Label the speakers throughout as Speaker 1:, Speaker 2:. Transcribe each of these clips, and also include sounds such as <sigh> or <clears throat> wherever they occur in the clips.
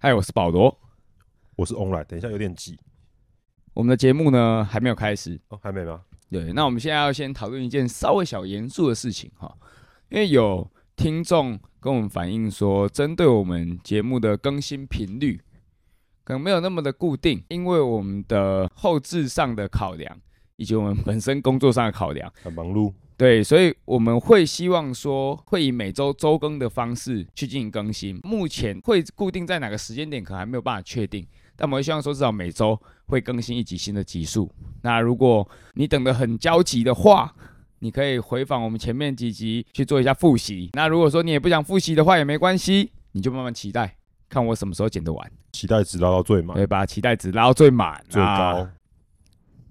Speaker 1: 嗨，我是保罗。
Speaker 2: 我是 online，等一下有点急
Speaker 1: 我们的节目呢还没有开始，
Speaker 2: 哦，还没吗？
Speaker 1: 对，那我们现在要先讨论一件稍微小严肃的事情哈，因为有听众跟我们反映说，针对我们节目的更新频率可能没有那么的固定，因为我们的后置上的考量，以及我们本身工作上的考量，
Speaker 2: 很忙碌，
Speaker 1: 对，所以我们会希望说，会以每周周更的方式去进行更新。目前会固定在哪个时间点，可能还没有办法确定，但我们会希望说，至少每周会更新一集新的集数。那如果你等得很焦急的话，你可以回访我们前面几集去做一下复习。那如果说你也不想复习的话，也没关系，你就慢慢期待，看我什么时候剪得完，
Speaker 2: 期待值拉到最满、
Speaker 1: 对，把期待值拉到最满、啊
Speaker 2: 最高。。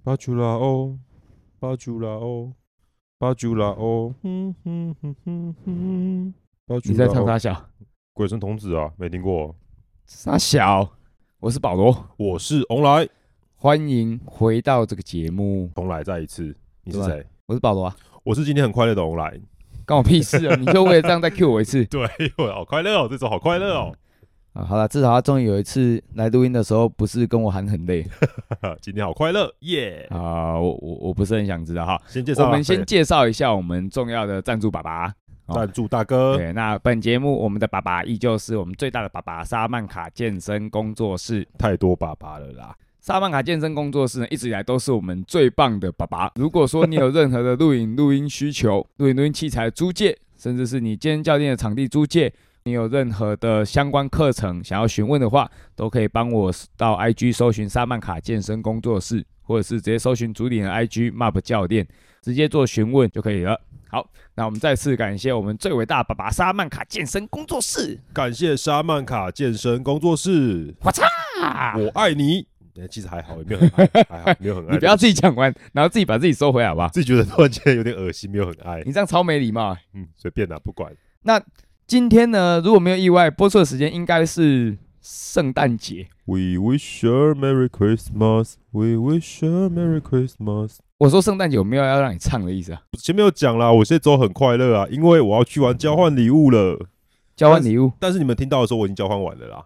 Speaker 2: 巴朱拉哦，巴朱拉哦，巴朱拉哦，嗯哼哼哼哼，巴朱
Speaker 1: 你
Speaker 2: 拉
Speaker 1: 在
Speaker 2: 哦。
Speaker 1: 唱啥小？
Speaker 2: 鬼神童子啊？没听过。
Speaker 1: 啥小？我是保罗。
Speaker 2: 我是 online，
Speaker 1: 欢迎回到这个节目，
Speaker 2: 重来再一次。你是
Speaker 1: 对吧
Speaker 2: 谁？
Speaker 1: 我是保罗啊，
Speaker 2: 我是今天很快乐的 online。
Speaker 1: 关我屁事啊！你就为了这样再 Q 我一次
Speaker 2: 对，我好快乐哦，这首好 <laughs> 快乐哦。
Speaker 1: 啊！好了，至少他终于有一次来录音的时候，不是跟我喊很累
Speaker 2: 呃今天好快乐，耶！
Speaker 1: 啊！我我我不是很想知道哈。
Speaker 2: 先介绍
Speaker 1: 我
Speaker 2: 啊，
Speaker 1: 们先
Speaker 2: 对
Speaker 1: 介绍一下我们重要的赞助爸爸。哦
Speaker 2: 赞助大哥，
Speaker 1: 对，那本节目我们的爸爸依旧是我们最大的爸爸沙曼卡健身工作室。
Speaker 2: 太多爸爸了啦。
Speaker 1: 沙曼卡健身工作室呢，一直以来都是我们最棒的爸爸。如果说你有任何的录影、 <laughs> 录音需求、录影、录音器材租借，甚至是你健身教练的场地租借，你有任何的相关课程想要询问的话，都可以帮我到 IG 搜寻沙曼卡健身工作室，或者是直接搜寻主理人 IG MAP 教练，直接做询问就可以了。好，那我们再次感谢我们最伟大的爸爸沙曼卡健身工作室，
Speaker 2: 感谢沙曼卡健身工作室，
Speaker 1: 我操！
Speaker 2: 我爱你。啊哎其实还 <laughs> 好，也没有很爱，还好没有很爱。
Speaker 1: 你不要自己讲完，然后自己把自己收回来，好不好？
Speaker 2: 自己觉得突然间有点恶心，没有很爱。 <laughs>
Speaker 1: 你这样超没礼貌、欸
Speaker 2: 嗯，随便啦，不管。
Speaker 1: 今天呢，如果没有意外，播出的时间应该是圣诞节。
Speaker 2: We wish you a Merry Christmas. We wish you a Merry Christmas.
Speaker 1: 我说圣诞节，我没有要让你唱的意思啊。
Speaker 2: 前面有讲啦，我这周很快乐啊，因为我要去玩交换礼物了。
Speaker 1: 交换礼物，
Speaker 2: 但是你们听到的时候，我已经交换完了啦，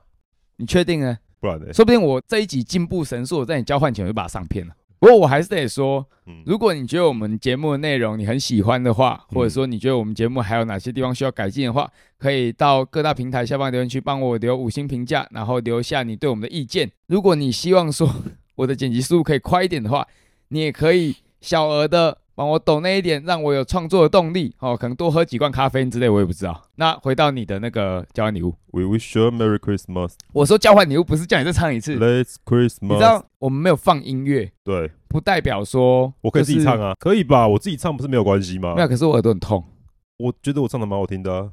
Speaker 1: 你确定呢？
Speaker 2: 不然呢？
Speaker 1: 说不定我这一集进步神速，我在你交换前我就把它上片了。不过我还是得说，
Speaker 2: 嗯，
Speaker 1: 如果你觉得我们节目的内容你很喜欢的话，
Speaker 2: 嗯
Speaker 1: 或者说你觉得我们节目还有哪些地方需要改进的话，可以到各大平台下方留言区帮我留五星评价，然后留下你对我们的意见。如果你希望说我的剪辑速度可以快一点的话，你也可以小额的帮我抖那一点，让我有创作的动力。哦，可能多喝几罐咖啡因之类，我也不知道。那回到你的那个交换礼物，
Speaker 2: We wish you a Merry Christmas.
Speaker 1: 我说交换礼物不是叫你再唱一次，
Speaker 2: Let's
Speaker 1: 你
Speaker 2: Christmas.
Speaker 1: 知道我们没有放音乐，
Speaker 2: 对，
Speaker 1: 不代表说
Speaker 2: 我可以自己唱
Speaker 1: 啊，
Speaker 2: 啊，可以吧？我自己唱不是没有关系吗
Speaker 1: 没？有，可是我耳朵很痛。
Speaker 2: 我觉得我唱的蛮好听的啊。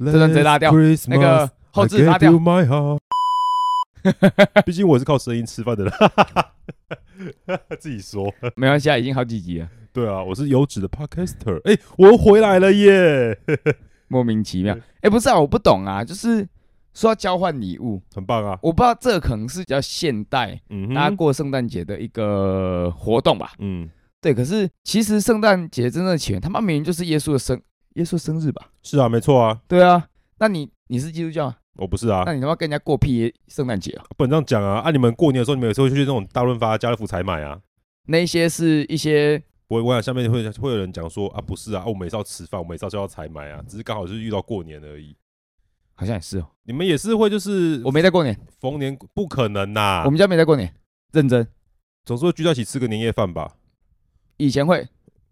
Speaker 2: 这
Speaker 1: 段直接拉掉那个后置拉掉。
Speaker 2: <laughs> 毕竟我是靠声音吃饭的人， <laughs> 自己说。
Speaker 1: 没关系啊，已经好几集了，
Speaker 2: 对啊，我是优质的 podcaster。哎、我又回来了耶，
Speaker 1: 莫名其妙。哎、不是啊，我不懂啊，就是说要交换礼物，
Speaker 2: 很棒啊。
Speaker 1: 我不知道这可能是比较现代
Speaker 2: 嗯
Speaker 1: 大家
Speaker 2: 哼，
Speaker 1: 过圣诞节的一个活动吧。
Speaker 2: 嗯，
Speaker 1: 对，可是其实圣诞节真正的起源，他妈明明就是耶稣的生，耶稣生日吧？
Speaker 2: 是啊，没错啊。
Speaker 1: 对啊，那你你是基督教啊，
Speaker 2: 我不是啊
Speaker 1: 那，你他妈跟人家过屁耶圣诞节啊？
Speaker 2: 不能这样讲啊！啊，你们过年的时候，你们有时候去那种大润发、家乐福采买啊。
Speaker 1: 那一些是一些
Speaker 2: 我我想下面会会有人讲说啊，不是啊，啊我们也是要吃饭，我们也是要叫采买啊，只是刚好是遇到过年而已。
Speaker 1: 好像也是哦，
Speaker 2: 你们也是会就是
Speaker 1: 我没在过年，
Speaker 2: 逢年不可能呐、
Speaker 1: 我们家没在过年，认真。
Speaker 2: 总是会聚在一起吃个年夜饭吧。
Speaker 1: 以前会，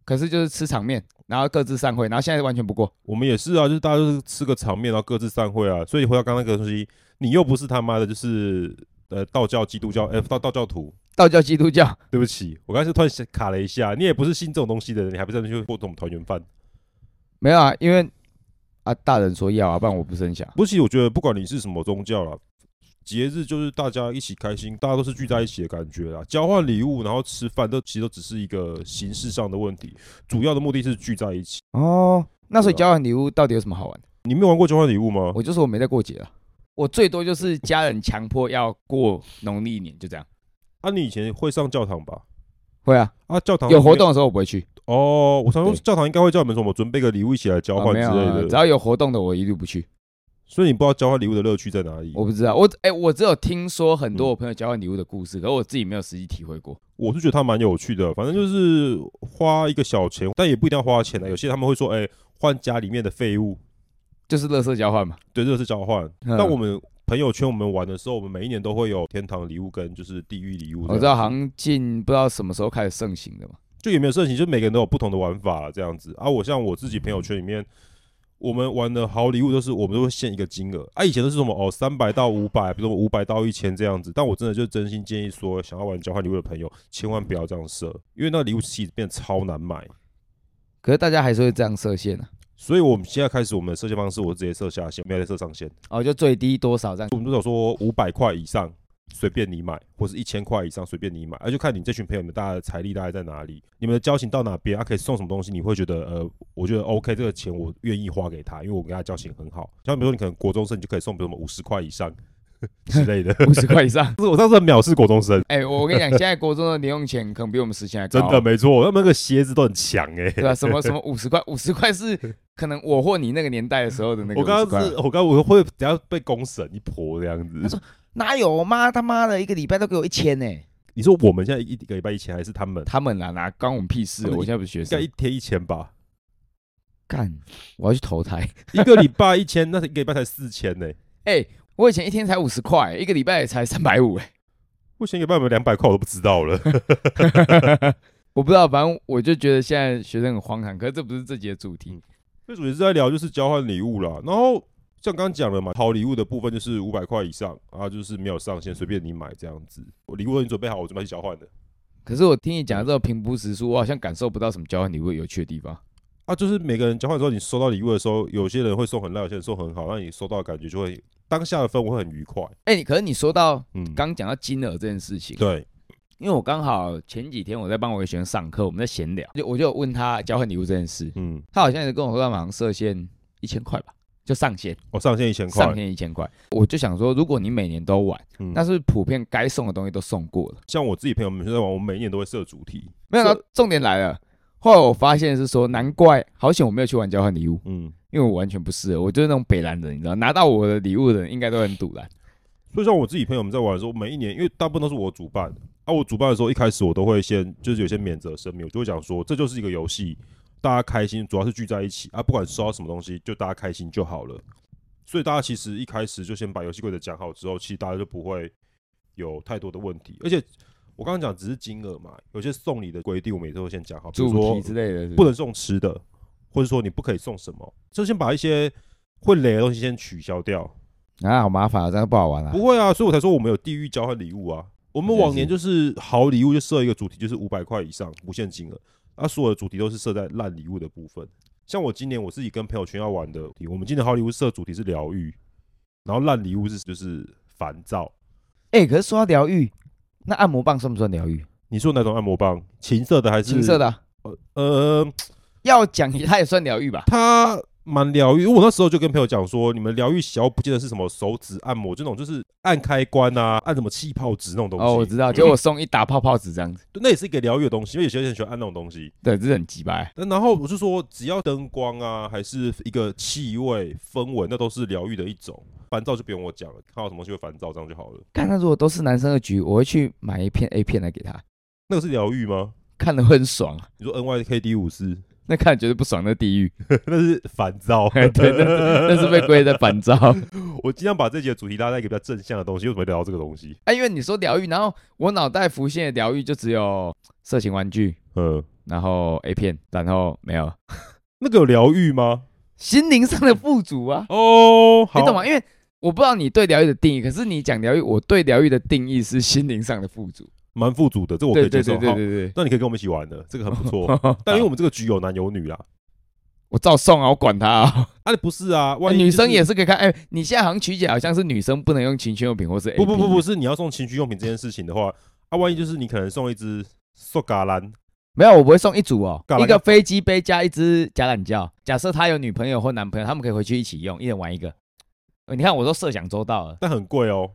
Speaker 1: 可是就是吃场面，然后各自散会，然后现在完全不过。
Speaker 2: 我们也是啊，就是大家都是吃个场面，然后各自散会啊。所以回到刚刚那个东西，你又不是他妈的，就是呃道教、基督教，哎、道道教徒。
Speaker 1: 道教、基督教，
Speaker 2: 对不起，我刚才是突然想卡了一下，你也不是信这种东西的人，你还不是去过这种团圆饭？
Speaker 1: 没有啊，因为啊，大人说要啊，不然我不是很想。
Speaker 2: 不是，我觉得不管你是什么宗教啦，节日就是大家一起开心，大家都是聚在一起的感觉啦。交换礼物，然后吃饭，都其实都只是一个形式上的问题，主要的目的是聚在一起。
Speaker 1: 哦，那所以交换礼物到底有什么好玩的？
Speaker 2: 你没有玩过交换礼物吗？
Speaker 1: 我就说我没在过节啊，我最多就是家人强迫要过农历年，就这样。
Speaker 2: 啊，你以前会上教堂吧？
Speaker 1: 会啊，
Speaker 2: 啊，教堂
Speaker 1: 有活动的时候我不会去，
Speaker 2: 哦，我常说
Speaker 1: 对
Speaker 2: 教堂应该会叫你们什么准备个礼物一起来交
Speaker 1: 啊
Speaker 2: 换
Speaker 1: 没
Speaker 2: 哦之
Speaker 1: 有
Speaker 2: 类
Speaker 1: 啊
Speaker 2: 的，
Speaker 1: 只要有活动的我一律不去。
Speaker 2: 所以你不知道交换礼物的乐趣在哪里。
Speaker 1: 我不知道，我哎、我只有听说很多
Speaker 2: 嗯
Speaker 1: 我朋友交换礼物的故事，可是我自己没有实际体会过。
Speaker 2: 我是觉得它蛮有趣的，啊反正就是花一个小钱，但也不一定要花
Speaker 1: 嗯
Speaker 2: 钱的。有些他们会说，哎、换家里面的废物，
Speaker 1: 就是乐色交换嘛，
Speaker 2: 对，这个是交换。
Speaker 1: 嗯
Speaker 2: 但我们朋友圈我们玩的时候，我们每一年都会有天堂礼物跟就是地狱礼物这样子，
Speaker 1: 我知道好像近不知道什么时候开始盛行的嘛。
Speaker 2: 就也没有事情，就每个人都有不同的玩法这样子啊。我像我自己朋友圈里面，我们玩的好礼物都是我们都会限一个金额啊，以前都是什么哦三百到五百，比如五百到一千这样子。但我真的就真心建议说，想要玩交换礼物的朋友，千万不要这样设，因为那礼物其实变得超难买。
Speaker 1: 可是大家还是会这样设限啊，
Speaker 2: 所以我们现在开始，我们的设计方式，我直接设下限，没有再设上限。
Speaker 1: 哦，就最低多少这样
Speaker 2: 我。们多少说五百块以上随便你买，或是一千块以上随便你买，而、就看你这群朋友们大家的财力大概在哪里，你们的交情到哪边，他、啊可以送什么东西，你会觉得呃，我觉得 OK，这个钱我愿意花给他，因为我跟他交情很好。像比如说你可能国中生，你就可以送比如什么五十块以上 <laughs> 之
Speaker 1: <laughs>
Speaker 2: 类的。
Speaker 1: <laughs> 五十块以上，
Speaker 2: 不是我上次很藐视国中生，
Speaker 1: 哎、我跟你讲，现在国中的零用钱可能比我们实习还高
Speaker 2: 真
Speaker 1: 啊、
Speaker 2: 的没错，他们那个鞋子都很强哎、
Speaker 1: 对吧、啊什么什么五十块，五十块是可能我或你那个年代的时候的那个
Speaker 2: 我刚
Speaker 1: 50
Speaker 2: 刚
Speaker 1: 块。
Speaker 2: 是，我刚刚我会等下被公审一婆这样子。
Speaker 1: 哪有？我妈他妈的一个礼拜都给我一千呢、
Speaker 2: 你说我们现在一个礼拜一千，还是他们
Speaker 1: 他们啦，哪关我们屁事？哦
Speaker 2: 他们
Speaker 1: 我现在不是学
Speaker 2: 应该一
Speaker 1: 生，
Speaker 2: 天一千吧？
Speaker 1: 干，我要去投胎。
Speaker 2: 一个礼拜一千，那一个礼拜才四千欸呢。
Speaker 1: 哎、我以前一天才五十块，一个礼拜也才三百五，哎，
Speaker 2: 我前一个半有两百块，我都不知道了。 <laughs>
Speaker 1: 我不知道，反正我就觉得现在学生很荒唐。可是这不是这节的主题，
Speaker 2: 最主要是在聊就是交换礼物啦，然后像刚刚讲了嘛，淘礼物的部分就是五百块以上啊，就是没有上限，随便你买这样子。我礼物都已经准备好，我准备去交换的
Speaker 1: 可是我听你讲这种平铺直述，我好像感受不到什么交换礼物有趣的地方。
Speaker 2: 啊。就是每个人交换之后，你收到礼物的时候，有些人会送很烂，有些人送很好，那你收到的感觉就会当下的氛围会很愉快。
Speaker 1: 哎、你可是你说到
Speaker 2: 嗯，
Speaker 1: 刚讲到金额这件事情，
Speaker 2: 对，
Speaker 1: 因为我刚好前几天我在帮我一个学生上课，我们在闲聊，就我就有问他交换礼物这件事，
Speaker 2: 嗯，
Speaker 1: 他好像也跟我说他马上设限一千块吧，就上限
Speaker 2: 哦，上限一千块
Speaker 1: 上，限一千块。我就想说，如果你每年都玩，
Speaker 2: 嗯
Speaker 1: 那是不是普遍该送的东西都送过了？
Speaker 2: 像我自己朋友们现在玩，我每一年都会设主题，
Speaker 1: 没有，然后重点来了。后来我发现是说，难怪好险我没有去玩交换礼物，
Speaker 2: 嗯，
Speaker 1: 因为我完全不适合，我就是那种北蓝人，你知道，拿到我的礼物的人应该都很堵然。
Speaker 2: 所以像我自己朋友们在玩的时候，每一年因为大部分都是我主办，啊，我主办的时候一开始我都会先就是有些免责声明，我就会讲说这就是一个游戏，大家开心，主要是聚在一起啊，不管收到什么东西，就大家开心就好了。所以大家其实一开始就先把游戏规则讲好之后，其实大家就不会有太多的问题。而且我刚刚讲只是金额嘛，有些送礼的规定我们也都会先讲好，比如
Speaker 1: 主
Speaker 2: 说
Speaker 1: 题之类的是不
Speaker 2: 不
Speaker 1: 是
Speaker 2: 能送吃的，或者说你不可以送什么，就先把一些会雷的东西先取消掉。
Speaker 1: 啊，好麻烦啊，这样不好玩啊。
Speaker 2: 不会啊，所以我才说我们有地域交换礼物啊。我们往年就是好礼物就设一个主题，就是五百块以上无限金额，啊，所有的主题都是设在烂礼物的部分。像我今年我自己跟朋友圈要玩的，我们今年好礼物设主题是疗愈，然后烂礼物是就是烦躁。
Speaker 1: 哎、可是说到疗愈，那按摩棒算不算疗愈？
Speaker 2: 你说哪种按摩棒？情色的还是
Speaker 1: 情色
Speaker 2: 的？
Speaker 1: 的啊、
Speaker 2: 呃，
Speaker 1: 要讲它也算疗愈吧？
Speaker 2: 它蛮疗愈。我那时候就跟朋友讲说，你们疗愈小不见得是什么手指按摩这种，就是按开关啊，按什么气泡纸那种东西。
Speaker 1: 哦，我知道，就我送一打泡泡纸这样子，
Speaker 2: 对那也是一个疗愈的东西，因为有些人喜欢按那种东西。
Speaker 1: 对，这是很鸡欸掰。
Speaker 2: 那然后我是说，只要灯光啊，还是一个气味、氛围，那都是疗愈的一种。烦躁就不用我讲了，看到什么东西会烦躁，这样就好了。
Speaker 1: 看他如果都是男生的局，我会去买一片 A 片来给他，
Speaker 2: 那个是疗愈吗？
Speaker 1: 看得会很爽，啊
Speaker 2: 你说 N Y K D 五四，
Speaker 1: 那看了绝对不爽，那地狱，
Speaker 2: <laughs>
Speaker 1: <laughs>
Speaker 2: 那是烦躁。
Speaker 1: 对，那那是被归在烦躁。 <laughs>
Speaker 2: 我尽量把这节的主题拉在一个比较正向的东西，为什么会聊到这个东西？
Speaker 1: 哎，因为你说疗愈，然后我脑袋浮现的疗愈就只有色情玩具，
Speaker 2: 嗯，
Speaker 1: 然后 A 片，然后没有
Speaker 2: 那个有疗愈吗？
Speaker 1: 心灵上的富足啊，
Speaker 2: 哦，好，
Speaker 1: 你懂吗？因啊为我不知道你对疗愈的定义，可是你讲疗愈，我对疗愈的定义是心灵上的富足。
Speaker 2: 蛮富足的，这我
Speaker 1: 对
Speaker 2: 可以接
Speaker 1: 对
Speaker 2: 受。
Speaker 1: 对对
Speaker 2: 好，
Speaker 1: 对对。
Speaker 2: 那你可以跟我们一起玩的，这个很
Speaker 1: <laughs>
Speaker 2: 不错。但因为我们这个局有男有女啦，
Speaker 1: 我照送啊，我管他 <laughs> 啊！
Speaker 2: 啊，不是啊，万一
Speaker 1: 女生
Speaker 2: 就是
Speaker 1: 也是可以看。哎、你现在好像曲解好像是女生不能用情趣用品或是 A
Speaker 2: 不不不不
Speaker 1: 是，
Speaker 2: 是，你要送情趣用品这件事情的话，啊，万一就是你可能送一只塑嘎兰，
Speaker 1: 没有，我不会送一组哦
Speaker 2: 干，嘛
Speaker 1: 一个飞机杯加一只假懒觉。假设他有女朋友或男朋友，他们可以回去一起用，一人玩一个。呃你看，我都设想周到了。
Speaker 2: 但很贵哦。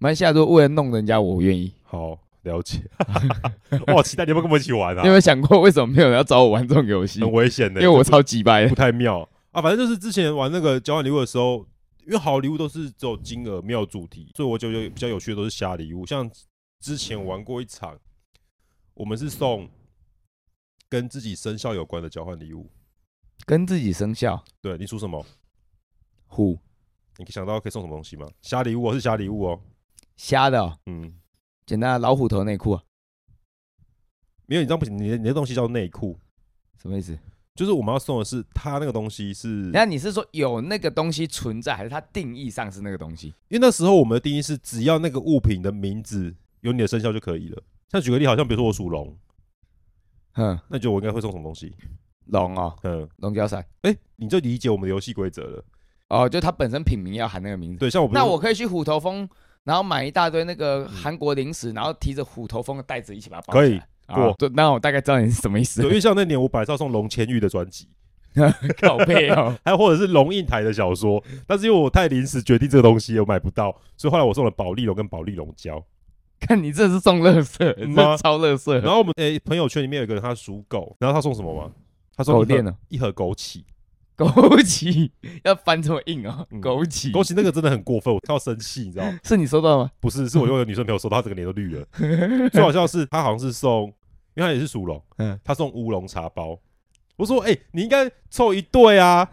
Speaker 1: 马来西亚啊如果为了弄人家，我愿意。
Speaker 2: 好，了解。 <laughs> 哇，期待你要不要跟我们一起玩
Speaker 1: 你有
Speaker 2: 啊？
Speaker 1: 没有想过为什么没有人要找呃我玩这种游戏？
Speaker 2: 很危险的，
Speaker 1: 因为我
Speaker 2: 这不
Speaker 1: 超级掰的
Speaker 2: 不。太妙啊。反正就是之前玩那个交换礼物的时候，因为好礼物都是只有金额没有主题，所以我觉得比较有趣的都是瞎礼物。像之前玩过一场，我们是送跟自己生肖有关的交换礼物。
Speaker 1: 跟自己生肖
Speaker 2: 对你属什么？
Speaker 1: 虎
Speaker 2: 你想到可以送什么东西吗？瞎礼物哦，是瞎礼物哦。
Speaker 1: 瞎的、哦，
Speaker 2: 嗯，
Speaker 1: 简单的老虎头内裤、啊，
Speaker 2: 没有，你这样不行，你的你的东西叫内裤，
Speaker 1: 什么意思？
Speaker 2: 就是我们要送的是他那个东西是，
Speaker 1: 那你是说有那个东西存在，还是它定义上是那个东西？
Speaker 2: 因为那时候我们的定义是只要那个物品的名字有你的生肖就可以了。像举个例，好像比如说我属龙，
Speaker 1: 哼，
Speaker 2: 那你觉得我应该会送什么东西？
Speaker 1: 龙哦，
Speaker 2: 嗯，
Speaker 1: 龙角散
Speaker 2: 哎、你就理解我们的游戏规则了。
Speaker 1: 哦，就它本身品名要喊那个名字。
Speaker 2: 对，像我不是
Speaker 1: 那我可以去虎头峰，然后买一大堆那个韩国零食，然后提着虎头峰的袋子一起把它包
Speaker 2: 可
Speaker 1: 起
Speaker 2: 以
Speaker 1: 来。
Speaker 2: 过
Speaker 1: 哦对那我大概知道你是什么意思
Speaker 2: 对，。因为像那年我本来是要送龙千玉的专辑，
Speaker 1: 靠背哦，
Speaker 2: 还有或者是龙应台的小说，但是因为我太临时决定这个东西，我买不到，所以后来我送了宝丽龙跟宝丽龙胶。
Speaker 1: <laughs> 看你这是送乐色，
Speaker 2: 嗯
Speaker 1: 你
Speaker 2: 吗
Speaker 1: 这超乐色 <laughs>
Speaker 2: 然。后我们诶、朋友圈里面有一个人他属狗，然后他送什么吗？
Speaker 1: 嗯
Speaker 2: 他送
Speaker 1: 狗
Speaker 2: 一盒
Speaker 1: 链呢？啊
Speaker 2: 一盒枸杞，
Speaker 1: 枸杞要翻这么硬哦，
Speaker 2: 嗯
Speaker 1: 枸杞，
Speaker 2: 枸杞那个真的很过分，我要生气，你知
Speaker 1: <laughs>
Speaker 2: 道吗？
Speaker 1: 是你收到吗？
Speaker 2: 不是，是我有一个女生朋友收到，她整个脸都
Speaker 1: <laughs>
Speaker 2: 绿了。最好笑的是，她好像是送，因为她也是属龙，
Speaker 1: 嗯
Speaker 2: 她送乌龙茶包。我说，哎、你应该凑一对啊，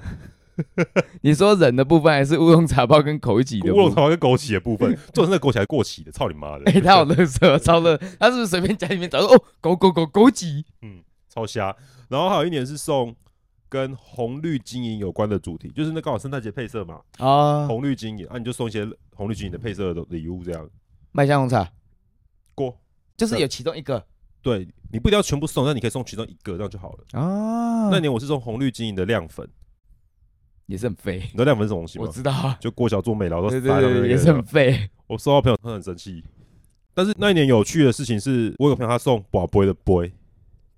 Speaker 1: 你说人的部分还是乌龙茶包跟枸杞的
Speaker 2: 乌龙
Speaker 1: 部分？
Speaker 2: 茶包跟枸杞的部分，重点是那枸杞还过期的，操你妈的！
Speaker 1: <laughs> 哎、他好乐色，超乐。他是不是随便家里面找说哦， <laughs> 枸枸枸枸杞？
Speaker 2: 超瞎。然后还有一年是送跟红绿金银有关的主题，就是那刚好圣诞节配色嘛，
Speaker 1: 啊，
Speaker 2: 红绿金银啊，你就送一些红绿金银的配色的礼物这样
Speaker 1: 麦香红茶
Speaker 2: 过。
Speaker 1: 就是有其中一个
Speaker 2: 对你不一定要全部送，但你可以送其中一个，这样就好了。
Speaker 1: 啊
Speaker 2: 那年我是送红绿金银的亮粉，
Speaker 1: 也是很废
Speaker 2: 你，知道亮粉是什么东西
Speaker 1: 我
Speaker 2: 吗？
Speaker 1: 知道啊，
Speaker 2: 就郭小做美劳，然后
Speaker 1: 对
Speaker 2: 撒
Speaker 1: 对
Speaker 2: 到那个
Speaker 1: 对，也是很废。
Speaker 2: 我收到朋友他很生气，但是那一年有趣的事情是，我有个朋友他送宝贝的杯，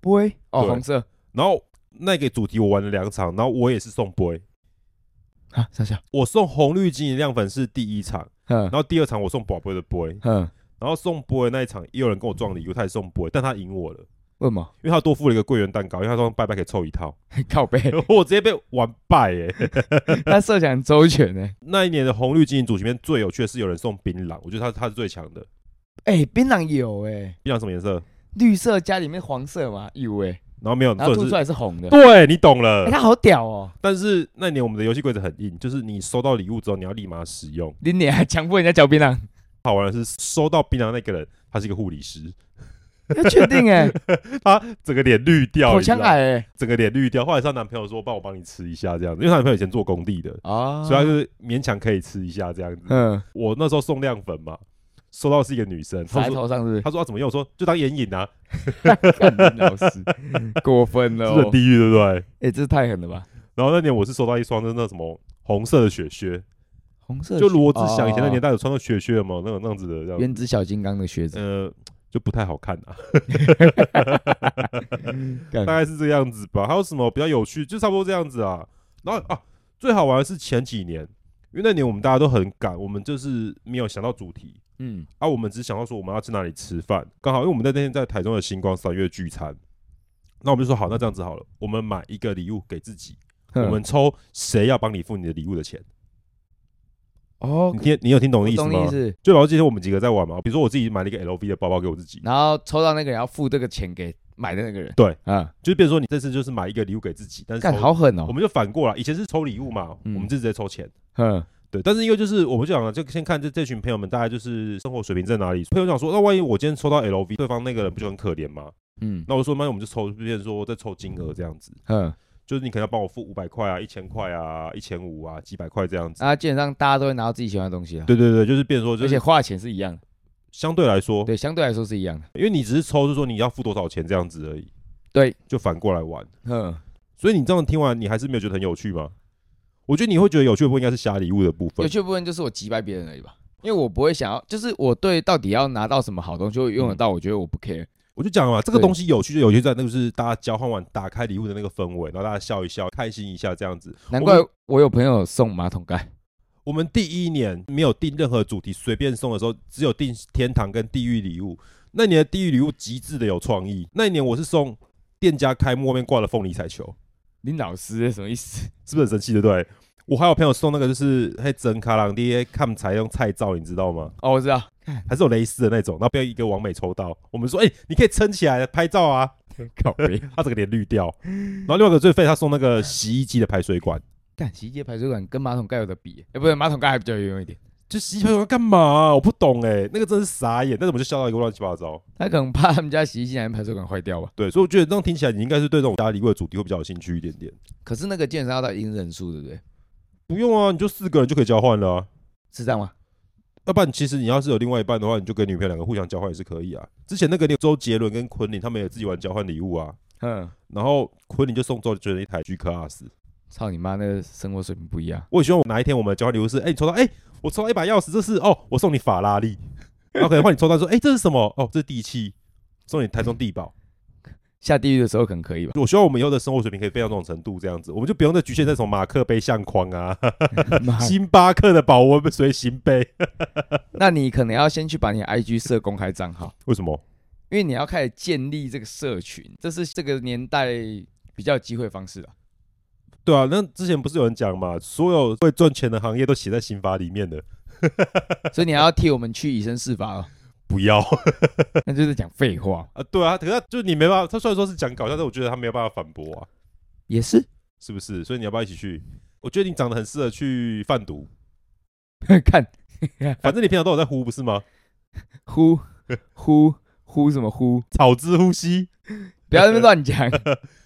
Speaker 1: 杯哦，
Speaker 2: 对
Speaker 1: 红色
Speaker 2: 然后那个主题我玩了两场，然后我也是送杯，
Speaker 1: 啊，傻笑，
Speaker 2: 我送红绿金银亮粉是第一场，
Speaker 1: 嗯
Speaker 2: 然后第二场我送宝贝的杯，
Speaker 1: 嗯，
Speaker 2: 然后送波的那一场，也有人跟我撞礼物，他也送波，但他赢我了，
Speaker 1: 为什 <laughs> 么？
Speaker 2: 因为他多付了一个桂圆蛋糕，因为他说拜拜可以凑一套， <laughs>
Speaker 1: 靠背，
Speaker 2: 我直接被完败耶、
Speaker 1: 他设想很周全欸呢、
Speaker 2: 那一年的红绿金银组里面最有趣的是有人送槟榔，我觉得他他是最强的。
Speaker 1: 哎、槟榔有哎、
Speaker 2: 槟榔什么颜色？
Speaker 1: 绿色加里面黄色嘛，有哎、
Speaker 2: 然后没有，
Speaker 1: 然后
Speaker 2: 重
Speaker 1: 吐出
Speaker 2: 点是
Speaker 1: 来是红的。
Speaker 2: 对你懂
Speaker 1: 哎、
Speaker 2: 了。
Speaker 1: 他好屌哦！
Speaker 2: 但是那年我们的游戏规则很硬，就是你收到礼物之后，你要立马使用。
Speaker 1: 你你还强迫人家嚼槟榔，
Speaker 2: 好玩的是，收到槟榔那个人，他是一个护理师，
Speaker 1: 要确定 <laughs> 哎、
Speaker 2: 他整个脸绿掉，
Speaker 1: 口
Speaker 2: 你知道
Speaker 1: 腔癌哎、
Speaker 2: 整个脸绿掉。后来是她男朋友说：“帮我帮你吃一下这样子。”因为她男朋友以前做工地的，
Speaker 1: 啊
Speaker 2: 所以他就是勉强可以吃一下这样子。
Speaker 1: 嗯，
Speaker 2: 我那时候送亮粉嘛，收到是一个女生，
Speaker 1: 撒在
Speaker 2: 她说
Speaker 1: 头上是
Speaker 2: 她说、啊、怎么用？我说就当眼影啊，
Speaker 1: 不是？干你老
Speaker 2: <laughs>
Speaker 1: 师，过分了
Speaker 2: 是不是
Speaker 1: 哦
Speaker 2: 很！地狱，对不对？
Speaker 1: 哎、这太狠了吧！
Speaker 2: 然后那年我是收到一双就是那什么红色的雪靴，
Speaker 1: 红色
Speaker 2: 就
Speaker 1: 的
Speaker 2: 罗志祥以前那年
Speaker 1: 哦
Speaker 2: 代有穿过雪靴嘛，那种那样子的，这样
Speaker 1: 原子小金刚的靴子，
Speaker 2: 呃就不太好看啊，
Speaker 1: 干
Speaker 2: 嗯
Speaker 1: 嗯
Speaker 2: <laughs> 大概是这样子吧。还有什么比较有趣？就差不多这样子啊。然后啊，最好玩的是前几年，因为那年我们大家都很赶，我们就是没有想到主题，
Speaker 1: 嗯，
Speaker 2: 啊，我们只想到说我们要去哪里吃饭，刚好因为我们在那天在台中的星光三月聚餐，那我们就说好，那这样子好了，我们买一个礼物给自己，
Speaker 1: 嗯
Speaker 2: 我们抽谁要帮你付你的礼物的钱。
Speaker 1: 哦
Speaker 2: 你，听，你有听懂
Speaker 1: 我
Speaker 2: 的意思
Speaker 1: 懂你
Speaker 2: 吗
Speaker 1: 意？思。
Speaker 2: 就然后今天我们几个在玩嘛，比如说我自己买了一个 LV 的包包给我自己，
Speaker 1: 然后抽到那个人要付这个钱给买的那个人，
Speaker 2: 对，
Speaker 1: 啊，
Speaker 2: 就是变成说你这次就是买一个礼物给自己，但是
Speaker 1: 干
Speaker 2: 抽
Speaker 1: 好狠
Speaker 2: 我
Speaker 1: 哦，
Speaker 2: 们就反过来，以前是抽礼物嘛，
Speaker 1: 嗯
Speaker 2: 我们就直接抽钱。
Speaker 1: 嗯，
Speaker 2: 对，但是因为就是我们就讲了，就先看这这群朋友们大概就是生活水平在哪里。朋友讲说，那万一我今天抽到 LV，对方那个人不就很可怜吗？
Speaker 1: 嗯
Speaker 2: 那我就说，那我们就抽，变成说再抽金额这样子，
Speaker 1: 嗯，
Speaker 2: 就是你可能要帮我付五百块啊、一千块啊、一千五啊、几百块这样子。
Speaker 1: 啊，基本上大家都会拿到自己喜欢的东西啊，
Speaker 2: 对对对，就是变成说，就
Speaker 1: 而且
Speaker 2: 是
Speaker 1: 花的钱是一样的，
Speaker 2: 相对来说，
Speaker 1: 对，相对来说是一样的，
Speaker 2: 因为你只是抽，就说你要付多少钱这样子而已。
Speaker 1: 对，
Speaker 2: 就反过来玩。
Speaker 1: 嗯，
Speaker 2: 所以你这样听完，你还是没有觉得很有趣吗？我觉得你会觉得有趣的部分应该是瞎礼物的部
Speaker 1: 有
Speaker 2: 分。
Speaker 1: 趣的部分就是我击败别人而已吧。因为我不会想要，就是我对到底要拿到什么好东西，会用得
Speaker 2: 嗯
Speaker 1: 到，我觉得我不 care。
Speaker 2: 我就讲了嘛，这个
Speaker 1: 对
Speaker 2: 东西有趣就有趣在那个是大家交换完打开礼物的那个氛围，然后大家笑一笑，开心一下这样子。
Speaker 1: 难怪我有朋友送马桶盖，
Speaker 2: 我们第一年没有定任何主题，随便送的时候，只有定天堂跟地狱礼物。那年的地狱礼物极致的有创意。那一年我是送店家开幕外面挂了凤梨彩球，
Speaker 1: 林老师什么意思？ <laughs>
Speaker 2: 是不是很神奇？对不对？我还有朋友送那个就是嘿整卡朗爹看才用菜照，你知道吗？
Speaker 1: 哦，我知道，
Speaker 2: 还是有蕾丝的那种，然后被一个网美抽到，我们说哎、你可以撑起来拍照啊，
Speaker 1: 靠背，
Speaker 2: 他整个脸绿掉。然后另外一个最废，他送那个洗衣机的排水管，
Speaker 1: <laughs> 干洗衣机的排水管跟马桶盖有的比，哎、不是马桶盖还比较有用一点，
Speaker 2: 就洗衣排水管干嘛啊、我不懂哎、那个真是傻眼，但是我们就笑到一个乱七八糟。
Speaker 1: 他可能怕他们家洗衣机里面排水管坏掉吧。
Speaker 2: 对，所以我觉得这样听起来，你应该是对这种家里味的主题会比较有兴趣一点点。
Speaker 1: 可是那个健身要到一定人数，对不对？
Speaker 2: 不用啊，你就四个人就可以交换了、啊。
Speaker 1: 是这样吗？
Speaker 2: 要不然，其实你要是有另外一半的话，你就跟女朋友两个互相交换也是可以啊。之前那个周杰伦跟昆凌他们也自己玩交换礼物啊，
Speaker 1: 嗯，
Speaker 2: 然后昆凌就送周杰伦一台 G Class。
Speaker 1: 操你妈，那个生活水平不一样。
Speaker 2: 我也希望哪一天我们交换礼物是，哎、你抽到，哎、我抽到一把钥匙，这是哦，我送你法拉利。 <laughs> 然后可能换你抽到说，哎、这是什么？哦，这是地契，送你台中地保。
Speaker 1: 下地狱的时候可能可以吧？
Speaker 2: 我希望我们以后的生活水平可以变到这种程度，这样子，我们就不用再局限在什么马克杯相框啊、
Speaker 1: <laughs> 妈
Speaker 2: <laughs> 星巴克的保温随行杯。
Speaker 1: <laughs>
Speaker 2: <laughs>
Speaker 1: 那你可能要先去把你的 IG 设公开账号，
Speaker 2: 为什么？
Speaker 1: 因为你要开始建立这个社群，这是这个年代比较有机会的方式啊了。
Speaker 2: 对啊，那之前不是有人讲嘛，所有会赚钱的行业都写在刑法里面的，
Speaker 1: 所以你还要替我们去以身试法 <laughs> 哦，
Speaker 2: 不要 <laughs>
Speaker 1: 那就是讲废话，
Speaker 2: 啊。对啊，可是他就是你没办法，他虽然说是讲搞笑，但我觉得他没有办法反驳啊，
Speaker 1: 也是
Speaker 2: 是不是？所以你要不要一起去？我觉得你长得很适合去贩毒，
Speaker 1: <laughs> 看
Speaker 2: 反正你平常都有在呼，不是吗？
Speaker 1: 呼呼呼什么呼，
Speaker 2: 草之呼吸。
Speaker 1: 不要在那边乱讲。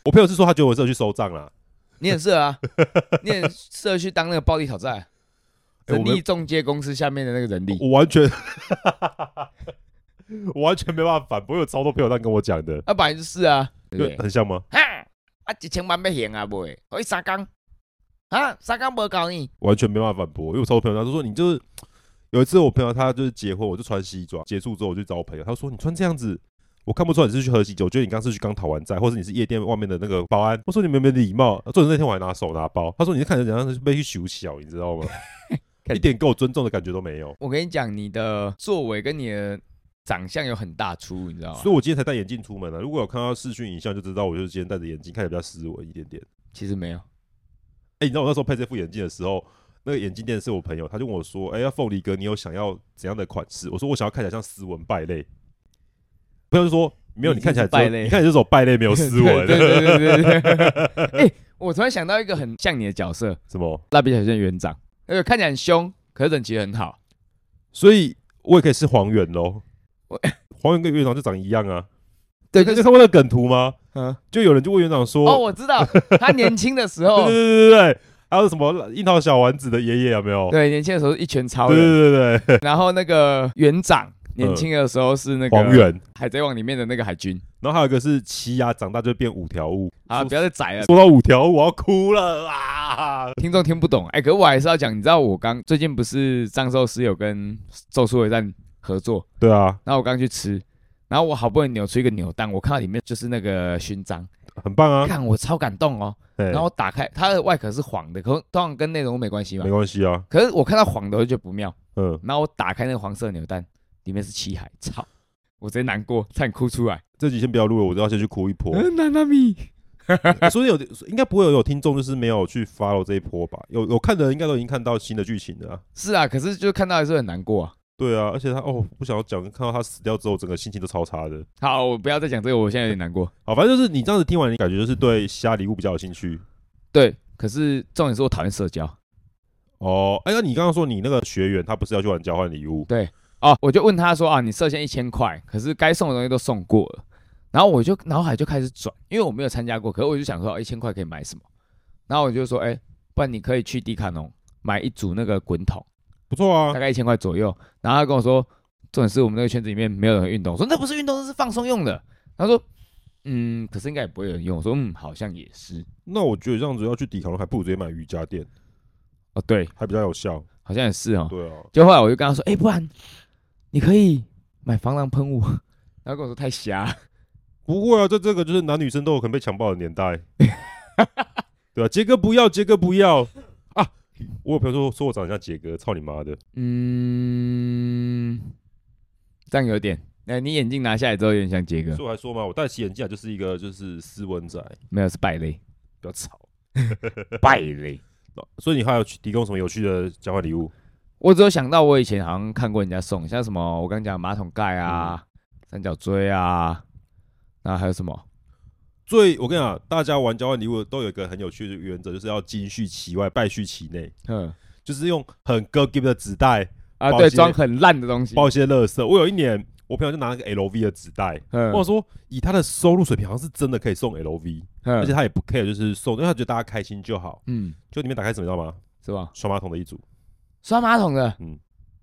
Speaker 2: 我朋友是说他觉得我适合去收账啦，
Speaker 1: 你很适合啊，你很适合去当那个暴力讨债，
Speaker 2: 哎我
Speaker 1: 人
Speaker 2: 们
Speaker 1: 力中介公司下面的那个人力
Speaker 2: 我完全，我完全没办法反驳，有超多朋友在跟我讲的，
Speaker 1: 啊，本来就是啊，对不
Speaker 2: <laughs> 对，
Speaker 1: 对？
Speaker 2: 很像吗？
Speaker 1: 哈，啊一千万要行啊，袂，可以三工，啊三工无够呢，
Speaker 2: 完全没办法反驳，因为我超多朋友他就说你就是有一次我朋友他就是结婚，我就穿西装，结束之后我就找我朋友，他说你穿这样子。我看不出来你是去喝喜酒，我觉得你刚是去刚讨完债，或者你是夜店外面的那个保安。我说你们有没有礼貌？重点是那天我还拿手拿包，他说你是看起来像是被去羞小，你知道吗？
Speaker 1: 看
Speaker 2: 一点给我尊重的感觉都没有，
Speaker 1: 我跟你讲，你的作为跟你的长相有很大出入，你知道吗
Speaker 2: 所？以我今天才戴眼镜出门啊。如果有看到视讯影像，就知道我就是今天戴着眼镜，看起来比较斯文一点点。
Speaker 1: 其实没有，
Speaker 2: 哎、你知道我那时候配这副眼镜的时候，那个眼镜店是我朋友，他就问我说：“哎、呀，凤梨哥，你有想要怎样的款式？”我说：“我想要看起来像斯文败类。”朋友就说：“没有，
Speaker 1: 你
Speaker 2: 你
Speaker 1: 已经
Speaker 2: 看起来
Speaker 1: 是败
Speaker 2: 只有
Speaker 1: 类
Speaker 2: 你看起来就是走败类，
Speaker 1: <laughs>
Speaker 2: 没有斯文。
Speaker 1: 对对对对对对。哎、我突然想到一个很像你的角色，
Speaker 2: <laughs> 什么
Speaker 1: 蜡笔小新的园长，那个看起来很凶，可是人其实很好。？”
Speaker 2: 所以我也可以是黄猿喽
Speaker 1: 我。
Speaker 2: <laughs> 黄猿跟园长就长一样啊。
Speaker 1: 对，
Speaker 2: 那
Speaker 1: 就
Speaker 2: 你
Speaker 1: 是
Speaker 2: 看过那个梗图吗？
Speaker 1: 嗯，
Speaker 2: 就有人就问园长说：“
Speaker 1: 哦，我知
Speaker 2: <laughs>
Speaker 1: 道，他年轻的时
Speaker 2: 对
Speaker 1: 候
Speaker 2: 对，对对对，还有什么樱桃小丸子的爷爷有没有？”
Speaker 1: 对，年轻的时候是一拳超
Speaker 2: 对
Speaker 1: 人，
Speaker 2: 对对对，嗯
Speaker 1: 然后那个园长年轻的时候是那
Speaker 2: 黄
Speaker 1: 个
Speaker 2: 猿。
Speaker 1: 海贼王里面的那个海军
Speaker 2: 然后还有一个是奇亚长大就变五条悟
Speaker 1: 啊，不要再宰了，
Speaker 2: 说到五条悟，我要哭了啊！
Speaker 1: 听众听不懂。哎、可我还是要讲，你知道我刚最近不是藏寿司有跟《咒术回战》合作，
Speaker 2: 对啊，
Speaker 1: 然后我刚去吃，然后我好不容易扭出一个扭蛋，我看到里面就是那个勋章，
Speaker 2: 很
Speaker 1: <laughs>
Speaker 2: 棒啊。
Speaker 1: 看我超感动哦。
Speaker 2: 然
Speaker 1: 然后我打开它的外壳是黄的，可通常跟内容物没关系嘛
Speaker 2: 没。关系啊，
Speaker 1: 可是我看到黄的我就觉得不妙，
Speaker 2: 嗯，
Speaker 1: 然后我打开那个黄色扭蛋，里面是七海，操！我直接难过，差点哭出来。
Speaker 2: 这集先不要录了，我都要先去哭一
Speaker 1: <laughs>
Speaker 2: 波。
Speaker 1: 嗯，娜娜咪，
Speaker 2: 所以有应该不会有有听众就是没有去 follow 这一波吧？有有看的人应该都已经看到新的剧情了、啊。
Speaker 1: 是啊，可是就看到还是很难过啊。
Speaker 2: 对啊，而且他哦，不想要讲，看到他死掉之后，整个心情都超差的。
Speaker 1: 好，我不要再讲这个，我现在有点难过。
Speaker 2: 好，反正就是你这样子听完，你感觉就是对虾礼物比较有兴趣
Speaker 1: 对，可是重点是我讨厌社交
Speaker 2: 哦。哎，那你刚刚说你那个学员他不是要去玩交换礼物？
Speaker 1: 哦。我就问他说啊，你设限一千块，可是该送的东西都送过了，然后我就脑海就开始转，因为我没有参加过，可是我就想说一千块可以买什么，然后我就说，哎、不然你可以去迪卡侬买一组那个滚筒。
Speaker 2: 不错啊
Speaker 1: 大，概一千块左右。然后他跟我说，重点是我们那个圈子里面没有人会运动，我说那不是运动，那是放松用的。他说，嗯，可是应该也不会有人用。我说，嗯，好像也是。
Speaker 2: 那我觉得这样子要去抵抗，还不如直接买瑜伽垫，
Speaker 1: 哦，对，
Speaker 2: 还比较有效。
Speaker 1: 好像也是哦。
Speaker 2: 对啊，
Speaker 1: 就后来我就跟他说，哎、不然你可以买防狼喷雾。 <laughs> 然后跟我说太瞎，
Speaker 2: 不会啊，在这个就是男女生都有可能被强暴的年代，对啊，杰哥不要，杰哥不要啊！我有朋友说说我长得像杰哥，操你妈的！
Speaker 1: 嗯，这样有点。那、你眼镜拿下来之后有点像杰哥
Speaker 2: 所，以我还说嘛，我戴起眼镜来就是一个就是斯文仔， <laughs>
Speaker 1: 没有是败类，
Speaker 2: 不要吵。
Speaker 1: 败类。
Speaker 2: 哦所以你还有提供什么有趣的交换礼物？
Speaker 1: 我只有想到我以前好像看过人家送，像什么我刚讲马桶盖
Speaker 2: 嗯
Speaker 1: 啊、三角锥啊，然后还有什么？
Speaker 2: 最我跟你讲，啊大家玩交换礼物都有一个很有趣的原则，就是要金续其外，败絮其内，
Speaker 1: 嗯
Speaker 2: 就是用很 g i v 的纸袋
Speaker 1: 啊，
Speaker 2: 保
Speaker 1: 对，
Speaker 2: 鲜
Speaker 1: 装很烂的东西。
Speaker 2: 包一些垃圾。我有一年，我朋友就拿那个 LV 的纸袋，
Speaker 1: 嗯
Speaker 2: 我想说以他的收入水平，好像是真的可以送 LV，而且
Speaker 1: 嗯
Speaker 2: 他也不 care，就是送，因为他觉得大家开心就好。
Speaker 1: 嗯，
Speaker 2: 就里面打开什么，你知道吗？
Speaker 1: 是吧？
Speaker 2: 刷马桶的一组，
Speaker 1: 刷马桶的，
Speaker 2: 嗯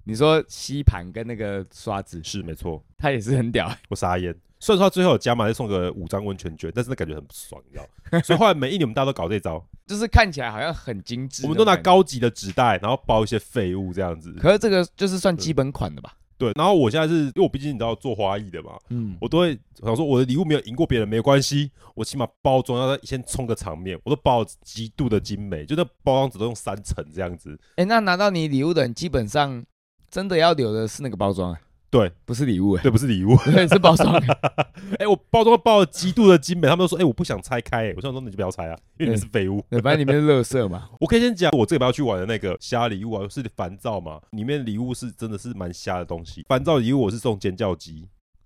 Speaker 1: 你说吸盘跟那个刷子，
Speaker 2: 是没错。
Speaker 1: 它也是很屌。 <laughs>
Speaker 2: 我傻眼。虽然说他最后有加码，再送个五张温泉券，但是那感觉很不爽，你知道？所以后来每一年我们大家都搞这招，
Speaker 1: 就是看起来好像很精致，
Speaker 2: 我们都拿
Speaker 1: 那种感觉。
Speaker 2: 高级的纸袋，然后包一些废物这样子。
Speaker 1: 可是这个就是算基本款的吧？
Speaker 2: 对，然后我现在是因为我毕竟你知道做花艺的嘛，
Speaker 1: 嗯，
Speaker 2: 我都会想说我的礼物没有赢过别人没关系，我起码包装要先冲个场面，我都包得极度的精美，就那包装纸都用三层这样子。
Speaker 1: 哎，那拿到你礼物的人，基本上真的要留的是那个包装，哎
Speaker 2: 对，
Speaker 1: 不是礼物，哎，
Speaker 2: 对， <laughs> 不是礼物。
Speaker 1: <laughs> 对，是包装。 <laughs> 哎
Speaker 2: 哎、我包装包得极度的精美，他们都说哎、我不想拆开、哎我想说你就不要拆啊，因为你们是废物。
Speaker 1: 对反正里面是垃圾嘛。
Speaker 2: <laughs> 我可以先讲，我这个礼拜要去玩的那个虾礼物啊，是烦躁嘛，里面礼物是真的是蛮虾的东西。烦躁礼物我是送尖叫鸡，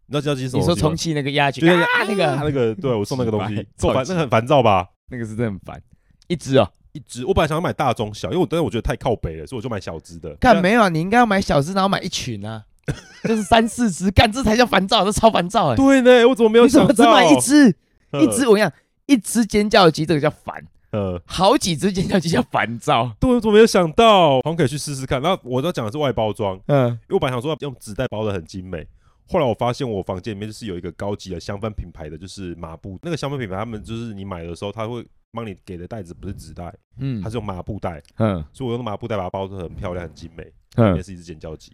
Speaker 2: 你知道尖叫鸡是什么
Speaker 1: 你说
Speaker 2: 东西吗？
Speaker 1: 充气那个压
Speaker 2: 就
Speaker 1: 去
Speaker 2: 是
Speaker 1: 啊， <laughs> 那
Speaker 2: 他
Speaker 1: 个
Speaker 2: <laughs> 那个，对我送那个东
Speaker 1: 奇
Speaker 2: 西
Speaker 1: 怪，
Speaker 2: 够
Speaker 1: 超
Speaker 2: 烦，
Speaker 1: 级
Speaker 2: 那个很烦躁吧？
Speaker 1: 那个是真的很烦，一只哦。
Speaker 2: 一只，我本来想要买大中小，因为我但是我觉得太靠北了，所以我就买小只的。
Speaker 1: 干没有啊？你应该要买小只，然后买一群 <laughs> 啊，就是三四只。干这才叫烦躁，这超烦躁哎！
Speaker 2: 对呢，我怎么没有
Speaker 1: 你怎
Speaker 2: 想
Speaker 1: 么
Speaker 2: 到？
Speaker 1: 只买一只？
Speaker 2: 呃
Speaker 1: 一
Speaker 2: <laughs>
Speaker 1: 只我跟你讲，一只尖叫鸡这个叫烦，
Speaker 2: 呃，
Speaker 1: 好几只尖叫鸡叫烦躁。
Speaker 2: 对，我怎么没有想到？好像可以去试试看。那我要讲的是外包装，
Speaker 1: 嗯，
Speaker 2: 因为我本来想说要用纸袋包的很精美，后来我发现我房间里面就是有一个高级的香氛品牌的，就是麻布。那个香氛品牌，他们就是你买的时候，他会帮你给的袋子不是纸袋，
Speaker 1: 嗯
Speaker 2: 它是用麻布袋，
Speaker 1: 嗯
Speaker 2: 所以我用麻布袋把它包的很漂亮、很精美。里
Speaker 1: 嗯
Speaker 2: 面，是一只剪胶机，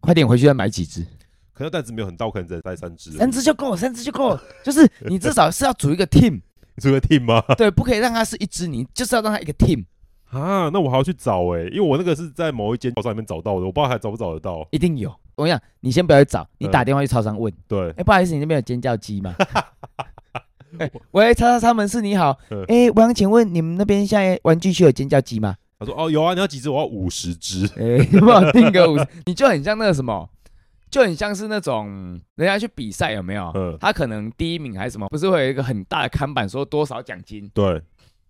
Speaker 1: 快点回去再买几只，
Speaker 2: 可能袋子没有很大，我可能只能带三只而已。
Speaker 1: 三只就够，三只就 <laughs> 够。就是你至少是要组一个 <laughs> team，
Speaker 2: 这个 team 吗？ <laughs>
Speaker 1: 对，不可以让它是一只，你就是要让它一个 team，
Speaker 2: 啊，那我还要去找哎、因为我那个是在某一间超商里面找到的，我不知道还找不找得到。
Speaker 1: 一定有。我跟你讲，你先不要去找，你打电话去超商问。
Speaker 2: 对
Speaker 1: 哎、，不好意思，你那边有尖叫鸡吗？ <laughs> 哎、喂，叉叉叉门市你好
Speaker 2: 嗯，
Speaker 1: 哎、我想请问你们那边现在玩具区有尖叫鸡吗？
Speaker 2: 他说哦有啊，你要几只？我要五十只。
Speaker 1: 哎、帮我定个五十， <laughs> 你就很像那个什么，就很像是那种人家去比赛有没有？
Speaker 2: 嗯
Speaker 1: 他可能第一名还是什么，不是会有一个很大的看板说多少奖金，
Speaker 2: 对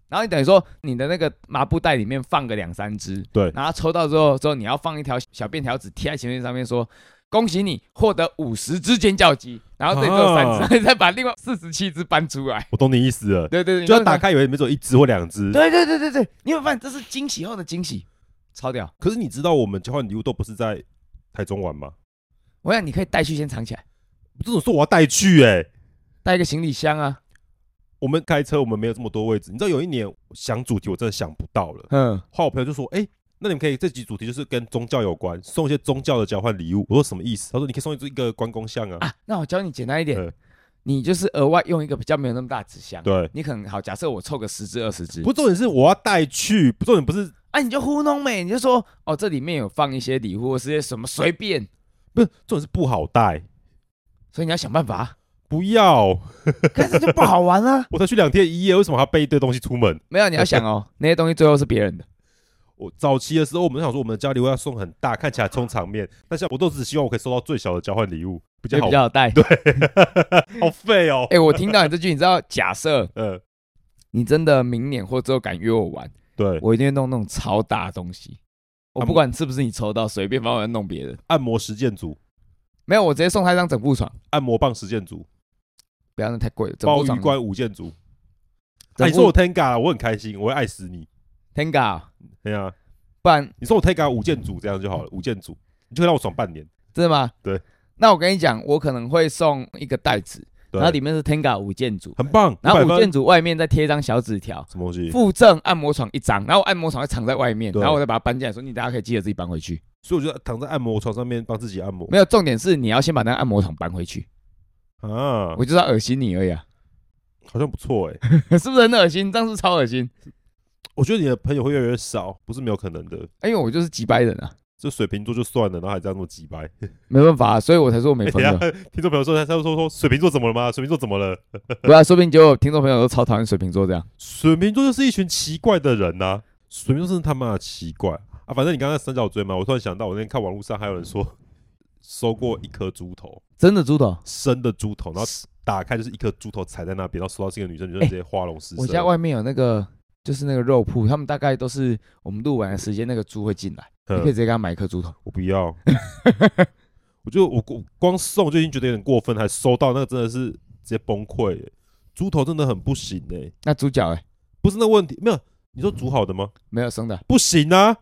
Speaker 1: 然后你等于说你的那个麻布袋里面放个两三只，
Speaker 2: 对
Speaker 1: 然后抽到之后之后你要放一条小便条纸贴在前面上面说。恭喜你获得五十只尖叫鸡，然后这里只有三只，
Speaker 2: 啊
Speaker 1: 然后你再把另外四十七只搬出来。
Speaker 2: 我懂你意思了，
Speaker 1: 对对对，
Speaker 2: 就要
Speaker 1: 你
Speaker 2: 打
Speaker 1: 懂
Speaker 2: 开以为里面只有一只或两
Speaker 1: 我意
Speaker 2: 只
Speaker 1: 思吗。。对对对对对，你有没有发现这是惊喜后的惊喜，超屌！
Speaker 2: 可是你知道我们交换礼物都不是在台中玩吗？
Speaker 1: 我想你可以带去先藏起来，
Speaker 2: 这种说我要带去哎、
Speaker 1: 带一个行李箱啊。
Speaker 2: 我们开车我们没有这么多位置。你知道有一年想主题我真的想不到了，
Speaker 1: 嗯，
Speaker 2: 后来我朋友就说：“哎、那你们可以这集主题就是跟宗教有关，送一些宗教的交换礼物。”我说什么意思？他说：“你可以送一个关公像啊。
Speaker 1: 啊，那我教你简单一点
Speaker 2: 嗯，
Speaker 1: 你就是额外用一个比较没有那么大的纸箱。
Speaker 2: 对，
Speaker 1: 你可能好，假设我凑个十只二十只，
Speaker 2: 不重点是我要带去，不重点不是
Speaker 1: 啊，你就糊弄呗，你就说哦，这里面有放一些礼物或是些什么，随便，
Speaker 2: 不是重点是不好带，
Speaker 1: 所以你要想办法，啊
Speaker 2: 不要。
Speaker 1: 但是就不好玩啊。
Speaker 2: 我才去两天一夜，为什么还要背一堆东西出门？
Speaker 1: <laughs> 没有，你要想哦，那些东西最后是别人的。
Speaker 2: 我早期的时候，我们想说我们的交换礼物要送很大，看起来充场面，但是我都只希望我可以收到最小的交换礼物，比较
Speaker 1: 也
Speaker 2: 好
Speaker 1: 比较好带。对，
Speaker 2: 好废哦。
Speaker 1: 哎，我听到你这句，你知道，假设
Speaker 2: 呃，
Speaker 1: 你真的明年或之后敢约我玩，
Speaker 2: 对，
Speaker 1: 我一定会弄那种超大的东西，我
Speaker 2: 啊
Speaker 1: 不
Speaker 2: 不
Speaker 1: 管是不是你抽到，随便帮我弄别人。
Speaker 2: 按摩实践组，
Speaker 1: 没有，我直接送他一张整副床，
Speaker 2: 按摩棒实践组，
Speaker 1: 不要那太贵了。整
Speaker 2: 鲍
Speaker 1: 副
Speaker 2: 鱼
Speaker 1: 床，
Speaker 2: 关五件组。
Speaker 1: 整
Speaker 2: 哎，
Speaker 1: 副
Speaker 2: 你说我 Tenga，我很开心，我会爱死你。
Speaker 1: Tenga，
Speaker 2: 对啊，
Speaker 1: 不然
Speaker 2: 你说我 Tenga 五件组这样就好了，五件组你就可以让我爽半年。
Speaker 1: 真的吗？
Speaker 2: 对。
Speaker 1: 那我跟你讲，我可能会送一个袋子，
Speaker 2: 对
Speaker 1: 然后，里面是 Tenga 五件组，
Speaker 2: 很棒，
Speaker 1: 然后
Speaker 2: 500
Speaker 1: 五
Speaker 2: 分
Speaker 1: 件组外面再贴一张小纸条，
Speaker 2: 什么东西？
Speaker 1: 附赠按摩床一张，然后按摩床会藏在外面，
Speaker 2: 对
Speaker 1: 然后我再把它搬进来，说你大家可以记得自己搬回去。
Speaker 2: 所以我就躺在按摩床上面帮自己按摩
Speaker 1: 没有，重点是你要先把那个按摩床搬回去，
Speaker 2: 啊，
Speaker 1: 我就是要恶心你而已啊， <laughs>
Speaker 2: 好像不错哎。
Speaker 1: 是不是很恶心？这样是不是超恶心，
Speaker 2: 我觉得你的朋友会越来越少，不是没有可能的。
Speaker 1: 因为我就是几百人啊，
Speaker 2: 这水瓶座就算了，然后还这样那么鸡掰。
Speaker 1: 没办法啊、所以我才说我没
Speaker 2: 哎，
Speaker 1: 朋
Speaker 2: <laughs> 等一
Speaker 1: 友
Speaker 2: 下。，听众朋友说，他他说说水瓶座怎么了吗？水瓶座怎么了？
Speaker 1: 啊不要、说不定结果听众朋友都超讨厌水瓶座这样。
Speaker 2: 水瓶座就是一群奇怪的人呐、啊水瓶座真的他妈的奇怪啊！反正你刚才三角锥嘛，我突然想到，我那天看网络上还有人说
Speaker 1: 嗯
Speaker 2: 收过一颗猪头，
Speaker 1: 真的猪头。
Speaker 2: 生的猪头，然后打开就是一颗猪头踩在那边，然后收到这个女生，女生直接花容失
Speaker 1: 哎
Speaker 2: 色。
Speaker 1: 我家外面有那个，就是那个肉铺，他们大概都是我们录完的时间，那个猪会进来，你
Speaker 2: 嗯
Speaker 1: 可以直接给他买一颗猪头。
Speaker 2: 我不要，
Speaker 1: <laughs>
Speaker 2: 我觉得我光光送就已经觉得有点过分，还收到那个真的是直接崩溃耶。猪头真的很不行哎、
Speaker 1: 那猪脚哎、
Speaker 2: 不是那问题，没有你说煮好的吗？
Speaker 1: 没有生的，
Speaker 2: 不
Speaker 1: <laughs>
Speaker 2: 行啊，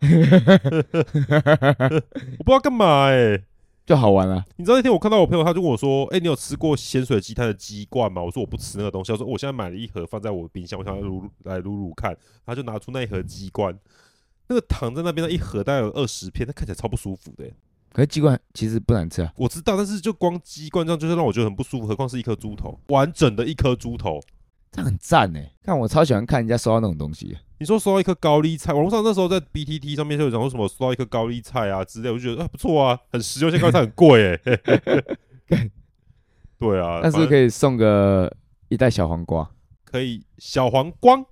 Speaker 2: <laughs> 我不知道干嘛哎、
Speaker 1: 就好玩啊了。
Speaker 2: 你知道那天我看到我朋友，他就问我说：“哎、你有吃过咸水鸡摊的鸡冠吗？”我说：“我不吃那个东西。”他说：“我现在买了一盒放在我冰箱，我想要撸来撸撸看。”他就拿出那一盒鸡冠，那个躺在那边那一盒大概有二十片，那看起来超不舒服的欸、
Speaker 1: 可是鸡冠其实不难吃啊，
Speaker 2: 我知道，但是就光鸡冠这样，就是让我觉得很不舒服，何况是一颗猪头，完整的一颗猪头。
Speaker 1: 这样很赞哎、看我超喜欢看人家收到那种东西的，
Speaker 2: 你说收到一颗高丽菜，网络上那时候在 BTT 上面就有讲说什么收到一颗高丽菜啊之类，我就觉得啊不错啊，很实用，现在高丽菜很贵哎、欸 <laughs> 对啊，
Speaker 1: 但
Speaker 2: 反
Speaker 1: 是
Speaker 2: 正
Speaker 1: 可以送个一袋小黄
Speaker 2: <laughs>
Speaker 1: 瓜，
Speaker 2: 可以小黄瓜。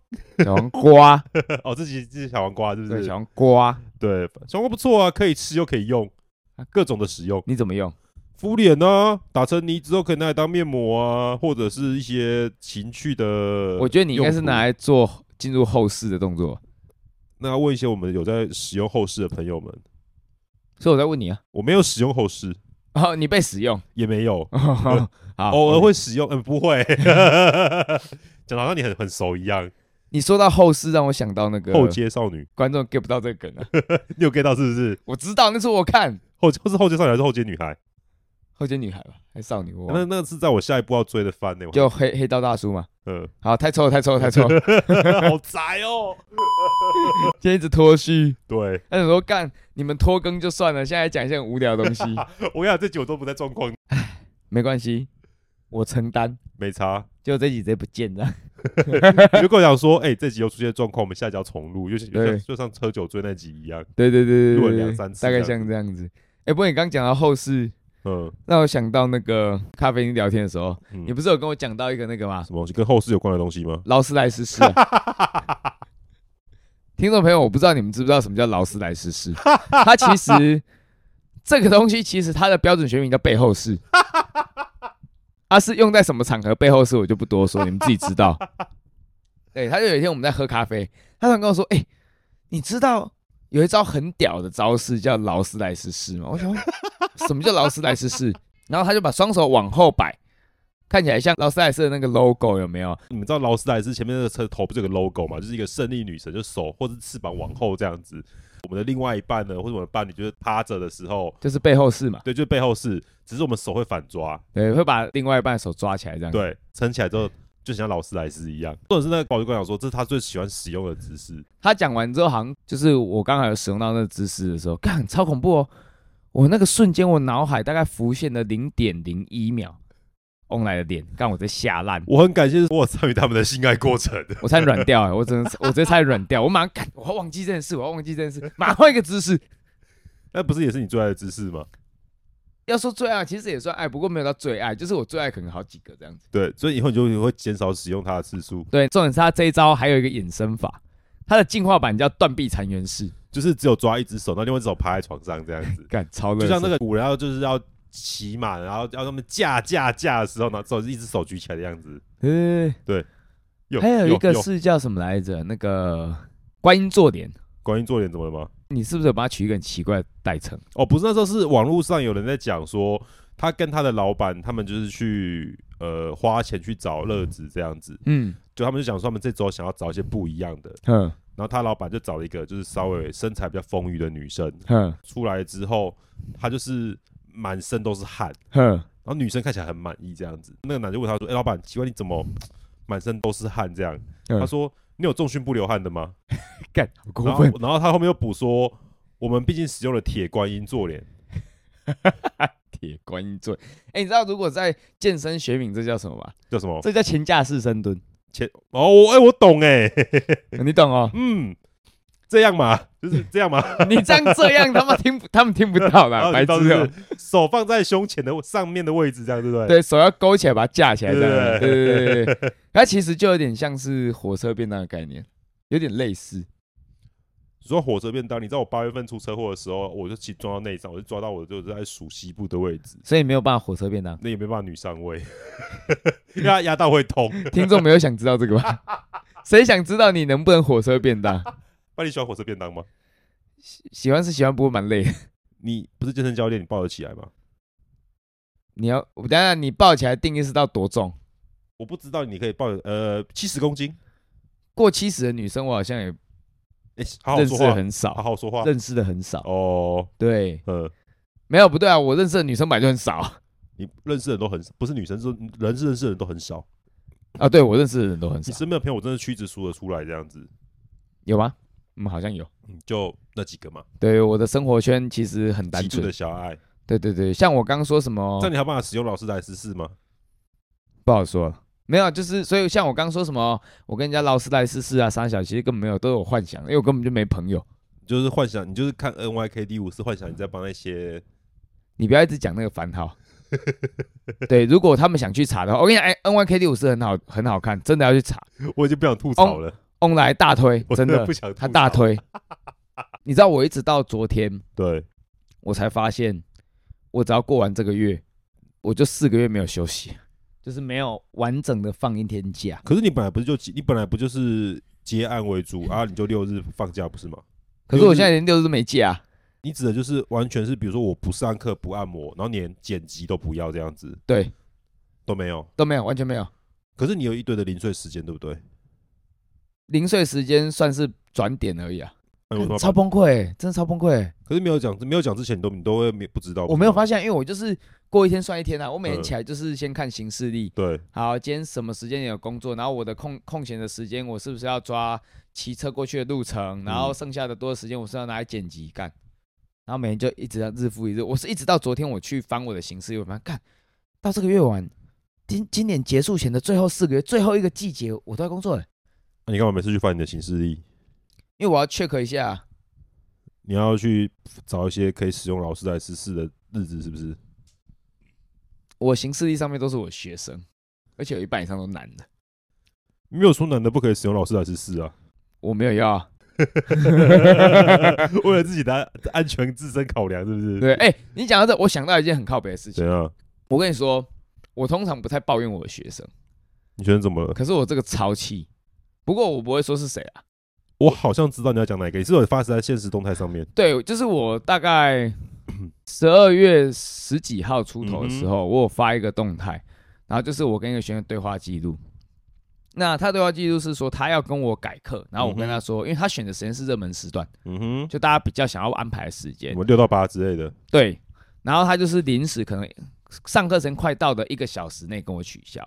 Speaker 1: 小黄瓜，
Speaker 2: 哦，自己自己小黄 <laughs> 瓜是不
Speaker 1: 对，
Speaker 2: 是
Speaker 1: 小？黄瓜，
Speaker 2: 对，小黄瓜不错啊，可以吃又可以用
Speaker 1: 啊，
Speaker 2: 各种的使用。
Speaker 1: 你怎么用？
Speaker 2: 敷脸啊，打成泥之后可以拿来当面膜啊，或者是一些情趣的。
Speaker 1: 我觉得你应该是
Speaker 2: 用途
Speaker 1: 拿来做进入后世的动作，
Speaker 2: 那要问一些我们有在使用后世的朋友们，
Speaker 1: 所以我在问你啊。
Speaker 2: 我没有使用后世，
Speaker 1: 哦，你被使
Speaker 2: <laughs>
Speaker 1: 用，
Speaker 2: 也没有，
Speaker 1: <laughs> 好，
Speaker 2: 偶尔。哦会使用，嗯，不会， <laughs> 讲得好像你很很熟一样。
Speaker 1: 你说到后世，让我想到那个
Speaker 2: 后街少女，
Speaker 1: 观众 get 不到这个梗啊。
Speaker 2: 你有 get 到是不是？
Speaker 1: 我知道，那是我看
Speaker 2: 后是后街少女还是后街女孩？
Speaker 1: 后街女孩吧，还是少女，我忘
Speaker 2: 那
Speaker 1: 了
Speaker 2: 那是在我下一步要追的番呢、我
Speaker 1: 就黑黑道大叔嘛。
Speaker 2: 嗯， <laughs>
Speaker 1: 好，太臭了，太臭了，太臭了！
Speaker 2: 好宅哦。
Speaker 1: 今天一直脱虚，
Speaker 2: 对，
Speaker 1: 他想说干你们拖更就算了，现在讲一些很无聊的东西，
Speaker 2: <laughs> 我跟你讲，这集我都不在状况，
Speaker 1: 没关系，我承担。
Speaker 2: 没差。
Speaker 1: 就这几集直接不见了，
Speaker 2: 你就跟我讲说，哎、这集又出现状况，我们下集要重录，就像就
Speaker 1: 对
Speaker 2: 像就像喝酒醉那集一样。
Speaker 1: 对对对对
Speaker 2: 录
Speaker 1: 对
Speaker 2: 了
Speaker 1: 对，
Speaker 2: 两三次
Speaker 1: 大概
Speaker 2: 这样
Speaker 1: 像这样子。哎，不过你刚讲到后世，
Speaker 2: 嗯，
Speaker 1: 让我想到那个咖啡厅聊天的时候，
Speaker 2: 嗯
Speaker 1: 你不是有跟我讲到一个那个吗？
Speaker 2: 什么东西跟后世有关的东西吗？
Speaker 1: 劳斯莱斯式啊。 <laughs> 听众朋友，我不知道你们知不知道什么叫劳斯莱斯式，它其实这个东西其实它的标准学名叫背后式，它是用在什么场合背后式我就不多说，你们自己知道。对，他就有一天我们在喝咖啡，他突然跟我说：“哎、你知道有一招很屌的招式叫劳斯莱斯式吗？”我想说什么叫劳斯莱斯式，然后他就把双手往后摆，看起来像劳斯莱斯的那个 logo 有没有？
Speaker 2: 你们知道劳斯莱斯前面那个车头不是有个 logo 嘛，就是一个胜利女神，就手或是翅膀往后这样子。我们的另外一半呢，或者我们的伴侣，就是趴着的时候，
Speaker 1: 就是背后式嘛。
Speaker 2: 对，就是背后是，只是我们手会反抓，
Speaker 1: 对，会把另外一半手抓起来这样。，
Speaker 2: 对，撑起来之后就像劳斯莱斯一样。或者是那个保育官讲说，这是他最喜欢使用的姿势。
Speaker 1: 他讲完之后，好像就是我刚才有使用到那个姿势的时候，干超恐怖哦！我那个瞬间，我脑海大概浮现了零点零一秒，翁来的脸，干我在吓烂，
Speaker 2: 我很感谢我有参与他们的性爱过程。 <laughs>
Speaker 1: 我差点软掉、哎，我真的是，我直接差点软掉，我马上干，我要忘记这件事，我要忘记这件事，马上换一个姿势。
Speaker 2: 那不是也是你最爱的姿势吗？
Speaker 1: 要说最爱，其实也算爱，不过没有到最爱，就是我最爱可能好几个这样子。
Speaker 2: 对，所以以后你就你会减少使用它的次数，
Speaker 1: 对，重点是他这一招还有一个衍生法，他的进化版叫断臂残垣式，，
Speaker 2: 就是只有抓一只手，那另外一只手趴在床上这样子
Speaker 1: <laughs> 干超乐色。
Speaker 2: 就像那个古人要就是要骑马，然后要他们架架架的时候，拿手一只手举起来的样子。
Speaker 1: 呃，
Speaker 2: 有
Speaker 1: 还有一个
Speaker 2: 有
Speaker 1: 是叫什么来着？那个观音坐莲，
Speaker 2: 观音坐莲怎么了吗？
Speaker 1: 你是不是有帮他取一个很奇怪的代称？
Speaker 2: 哦，不是，那时候是网络上有人在讲说，他跟他的老板他们就是去呃花钱去找乐子这样子，
Speaker 1: 嗯
Speaker 2: 就他们就讲说他们这周想要找一些不一样的，
Speaker 1: 哼
Speaker 2: 然后他老板就找了一个就是稍微身材比较丰腴的女生
Speaker 1: 哼
Speaker 2: 出来之后，她就是满身都是汗。
Speaker 1: 哼，
Speaker 2: 然后女生看起来很满意这样子。那个男就问他说：“哎、老板，奇怪你怎么满身都是汗这样？”
Speaker 1: 嗯
Speaker 2: 他说：“你有重训不流汗的吗 <laughs>
Speaker 1: 干好？”
Speaker 2: 然
Speaker 1: 过
Speaker 2: 后
Speaker 1: 分！，
Speaker 2: 然后他后面又补说：“我们毕竟使用了铁观音坐脸，
Speaker 1: 铁观音坐莲，哎、你知道如果在健身学名这叫什么吗？
Speaker 2: 叫什么
Speaker 1: 这叫前架式深蹲，
Speaker 2: 前哦，我哎、我懂哎、？
Speaker 1: 你懂哦
Speaker 2: 嗯，这样嘛，就是这样
Speaker 1: <laughs>
Speaker 2: 嘛。
Speaker 1: 你这样这样，他妈听不，他们听不到
Speaker 2: 然后
Speaker 1: 啦，<laughs> 白
Speaker 2: 你到
Speaker 1: 痴
Speaker 2: 就
Speaker 1: 哦、
Speaker 2: 是手放在胸前的上面的位置，这样对不对？
Speaker 1: 对手要勾起来，把它架起来，这样。
Speaker 2: 对
Speaker 1: 对对对对对对，它其实就有点像是火车便当的概念，有点类似。
Speaker 2: 说火车便当，你知道我八月份出车祸的时候，我就骑撞到内脏，我就抓到我就是在数西部的位置，
Speaker 1: 所以没有办法火车便当。
Speaker 2: 那也没办法女上位， <laughs> 因为它压到会痛。 <laughs>
Speaker 1: 听众没有想知道这个吧？ <laughs> 谁想知道你能不能火车便当？
Speaker 2: 那你喜欢火车便当吗？
Speaker 1: 喜欢是喜欢，不过蛮累的。
Speaker 2: 你不是健身教练，你抱得起来吗？
Speaker 1: 你要，我等一下你抱起来定义是到多重？
Speaker 2: 我不知道你可以抱呃七十公斤，
Speaker 1: 过七十的女生我好像也
Speaker 2: 哎、好好
Speaker 1: 认
Speaker 2: 说
Speaker 1: 识的
Speaker 2: 话，
Speaker 1: 很
Speaker 2: 好
Speaker 1: 少，
Speaker 2: 好说话。
Speaker 1: 认识的很少。
Speaker 2: 哦，
Speaker 1: 对，
Speaker 2: 呃，
Speaker 1: 没有不对啊，我认识的女生本来就很少
Speaker 2: 你认识的人都很不是女生，是人是认识的人都很少。
Speaker 1: 啊。对我认识的人都很
Speaker 2: 你
Speaker 1: 少，
Speaker 2: 身边的朋友，我真的屈指数得出来这样子，
Speaker 1: 有吗？嗯，好像有。
Speaker 2: 嗯，就那几个嘛，
Speaker 1: 对，我的生活圈其实很单
Speaker 2: 极度
Speaker 1: 纯
Speaker 2: 的。狭隘。
Speaker 1: 对对对，像我刚说什么
Speaker 2: 这，样你还有办法使用老师来实施吗？
Speaker 1: 不好说了。没有，就是所以像我刚说什么，我跟人家劳斯莱斯是啊，傻小，其实根本没有，都有幻想，因为我根本就没朋友。
Speaker 2: 就是幻想，你就是看 N Y K D 五是幻想你在帮那些
Speaker 1: 你不要一直讲那个番号。 <laughs> 对，如果他们想去查的话，我跟你讲，哎，NYKD 五是很好很好看，真的要去查。
Speaker 2: <laughs> 我已经不想吐槽了，
Speaker 1: 翁来大推，
Speaker 2: 我
Speaker 1: 真的
Speaker 2: 不，想吐
Speaker 1: 他
Speaker 2: 槽
Speaker 1: 大。推。你知道我一直到昨天，
Speaker 2: 对，
Speaker 1: 我才发现，我只要过完这个月，我就四个月没有休息，就是没有完整的放一天假。
Speaker 2: 可是你本来不是就你本来不就是接案为主啊？你就六日放假不是吗？
Speaker 1: 可是我现在连六日都没假、啊，
Speaker 2: 你指的就是完全是，比如说我不上课不按摩，然后连剪辑都不要这样子
Speaker 1: 对，
Speaker 2: 都没有。
Speaker 1: 都没有，完全没有。
Speaker 2: 可是你有一堆的零碎时间，对不对？
Speaker 1: 零碎时间算是转点而已啊，
Speaker 2: 那你哎为什么要
Speaker 1: 超
Speaker 2: 把
Speaker 1: 崩溃、真的超崩溃、
Speaker 2: 可是没有讲，没有讲之前，你都你都会没不知道。
Speaker 1: 我没有发
Speaker 2: 现。
Speaker 1: 现，因为我就是过一天算一天啊。我每天
Speaker 2: 嗯
Speaker 1: 起来就是先看行事历，
Speaker 2: 对，
Speaker 1: 好，今天什么时间有工作，然后我的空空闲的时间，我是不是要抓骑车过去的路
Speaker 2: 嗯
Speaker 1: 程，然后剩下的多的时间，我是要拿来剪辑干。然后每天就一直这样日复一日，我是一直到昨天我去翻我的行事历，我发现看到这个月完，今今年结束前的最后四个月，最后一个季节，我都在工作了，
Speaker 2: 那啊你干嘛每次去翻你的行事历？
Speaker 1: 因为我要 check 一下。
Speaker 2: 你要去找一些可以使用劳斯莱斯式的日子，是不是？
Speaker 1: 我行事历上面都是我学生，而且有一半以上都男的，
Speaker 2: 没有说男的不可以使用劳斯莱斯式啊。 <laughs>
Speaker 1: 我没有要、啊。
Speaker 2: 为了自己的安全自身考量，是不是？
Speaker 1: 对，哎、你讲到这，我想到一件很靠北的事情。
Speaker 2: 怎样？
Speaker 1: 我跟你说，我通常不太抱怨我的学生，
Speaker 2: 你觉得怎么了？
Speaker 1: 可是我这个超气。不过我不会说是谁啊。
Speaker 2: 我好像知道你要讲哪一个，你是不是有发在现实动态上面？
Speaker 1: 对，就是我大
Speaker 2: <clears throat>
Speaker 1: 概十二月十几号出头的时
Speaker 2: 嗯
Speaker 1: 候，我有发一个动态，然后就是我跟一个学生对话记录。那他对话记录是说他要跟我改课，然后我跟他说，因为他选的时间是热门时段，
Speaker 2: 嗯哼，
Speaker 1: 就大家比较想要安排的时间
Speaker 2: 我。们六到八之类的。
Speaker 1: 对，然后他就是临时可能上课时间快到的一个小时内跟我取消，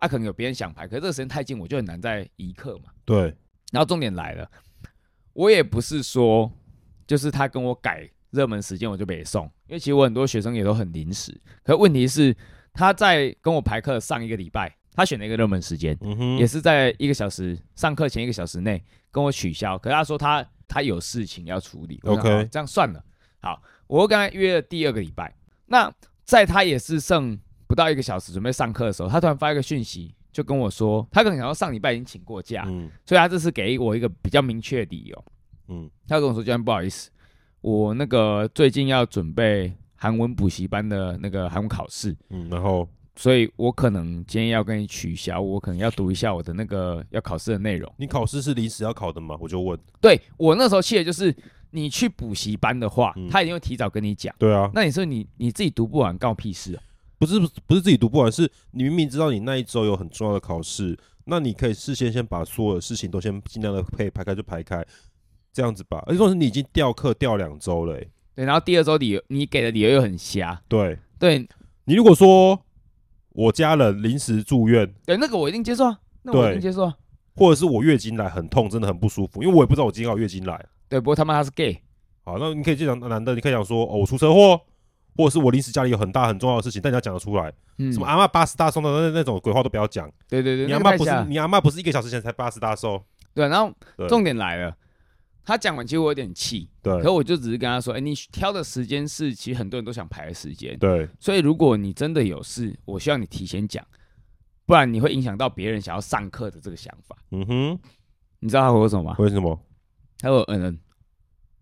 Speaker 1: 啊，可能有别人想排，可是这个时间太近，我就很难再移课嘛。
Speaker 2: 对，
Speaker 1: 然后重点来了，我也不是说就是他跟我改热门时间我就被送，因为其实我很多学生也都很临时，可问题是他在跟我排课的上一个礼拜，他选了一个热门时间，
Speaker 2: 嗯哼，
Speaker 1: 也是在一个小时上课前一个小时内跟我取消，可是他说他他有事情要处理我想
Speaker 2: OK
Speaker 1: 好这样算了。好，我又跟他约了第二个礼拜，那在他也是剩不到一个小时准备上课的时候，他突然发一个讯息，就跟我说，他可能想到上礼拜已经请过假，
Speaker 2: 嗯
Speaker 1: 所以他这次给我一个比较明确的理由，
Speaker 2: 嗯，
Speaker 1: 他跟我说：“教练，不好意思，我那个最近要准备韩文补习班的那个韩文考试，
Speaker 2: 嗯，然后
Speaker 1: 所以我可能今天要跟你取消，我可能要读一下我的那个要考试的内容。”
Speaker 2: 你考试是临时要考的吗？我就问。
Speaker 1: 对我那时候气的就是，你去补习班的话，
Speaker 2: 嗯
Speaker 1: 他一定会提早跟你讲。
Speaker 2: 对啊，
Speaker 1: 那你说你你自己读不完，告屁事啊！
Speaker 2: 不是不是自己读不完，是你明明知道你那一周有很重要的考试，那你可以事先先把所有的事情都先尽量的可以排开就排开，这样子吧。而且重点是你已经调课调两周了、欸，
Speaker 1: 对，然后第二周理由你给的理由又很瞎，
Speaker 2: 对
Speaker 1: 对
Speaker 2: 你如果说我家人临时住院，
Speaker 1: 对，那个我一定接受啊，那我一定
Speaker 2: 对
Speaker 1: 接受啊。
Speaker 2: 或者是我月经来很痛，真的很不舒服，因为我也不知道我今天有月经来。
Speaker 1: 对，不过他妈他是 gay，
Speaker 2: 好，那你可以就讲男的，你可以讲说哦，我出车祸，或者是我临时家里有很大很重要的事情，但你要讲得出来，
Speaker 1: 嗯，
Speaker 2: 什么阿嬷八十大寿的那那种鬼话都不要讲。
Speaker 1: 对对对，
Speaker 2: 你
Speaker 1: 那
Speaker 2: 阿
Speaker 1: 个
Speaker 2: 嬷
Speaker 1: 太
Speaker 2: 不
Speaker 1: 瞎
Speaker 2: 是
Speaker 1: 了
Speaker 2: 你阿嬷不是一个小时前才八十大寿？
Speaker 1: 对，然后
Speaker 2: 对
Speaker 1: 重点来了，他讲完其实我有点气，可
Speaker 2: 对
Speaker 1: 我就只是跟他说，哎、你挑的时间是其实很多人都想排的时间，
Speaker 2: 对，
Speaker 1: 所以如果你真的有事，我希望你提前讲，不然你会影响到别人想要上课的这个想法。
Speaker 2: 嗯哼，
Speaker 1: 你知道他回我什么吗？
Speaker 2: 为什么？
Speaker 1: 他说嗯嗯，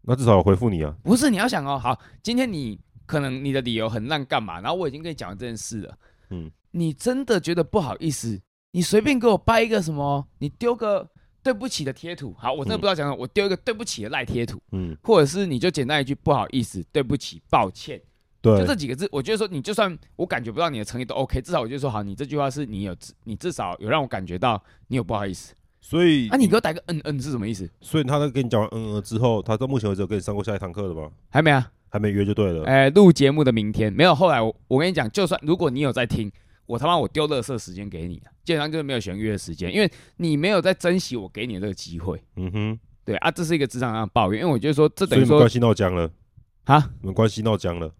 Speaker 2: 那至少有回复你啊。
Speaker 1: 不是你要想哦，好，今天你可能你的理由很烂，干嘛？然后我已经跟你讲了这件事了，
Speaker 2: 嗯，
Speaker 1: 你真的觉得不好意思，你随便给我掰一个什么，你丢个对不起的贴图，好，我真的不
Speaker 2: 嗯
Speaker 1: 知道讲什么，我丢一个对不起的赖贴图，
Speaker 2: 嗯，
Speaker 1: 或者是你就简单一句不好意思、对不起、抱歉，就
Speaker 2: 对
Speaker 1: 这，几个字，我觉得说你就算我感觉不到你的诚意都 OK，至少我就说好，你这句话是你有你至少有让我感觉到你有不好意思。
Speaker 2: 所以
Speaker 1: 啊，你给我打个嗯嗯是什么意思？
Speaker 2: 所以他在跟你讲完嗯嗯之后，他到目前为止有跟你上过下一堂课了吗？
Speaker 1: 还没啊？
Speaker 2: 还没约就对了。
Speaker 1: 哎，录节目的明天没有。后来我我跟你讲，就算如果你有在听，我他妈我丢乐色时间给你了，基本上就是没有选约的时间，因为你没有在珍惜我给你的这个机会。
Speaker 2: 嗯哼，
Speaker 1: 对啊，这是一个职场上的抱怨，因为我觉得说这
Speaker 2: 所
Speaker 1: 等
Speaker 2: 以
Speaker 1: 于
Speaker 2: 你们
Speaker 1: 说
Speaker 2: 关系闹僵了，
Speaker 1: 啊
Speaker 2: 你们关系闹僵了。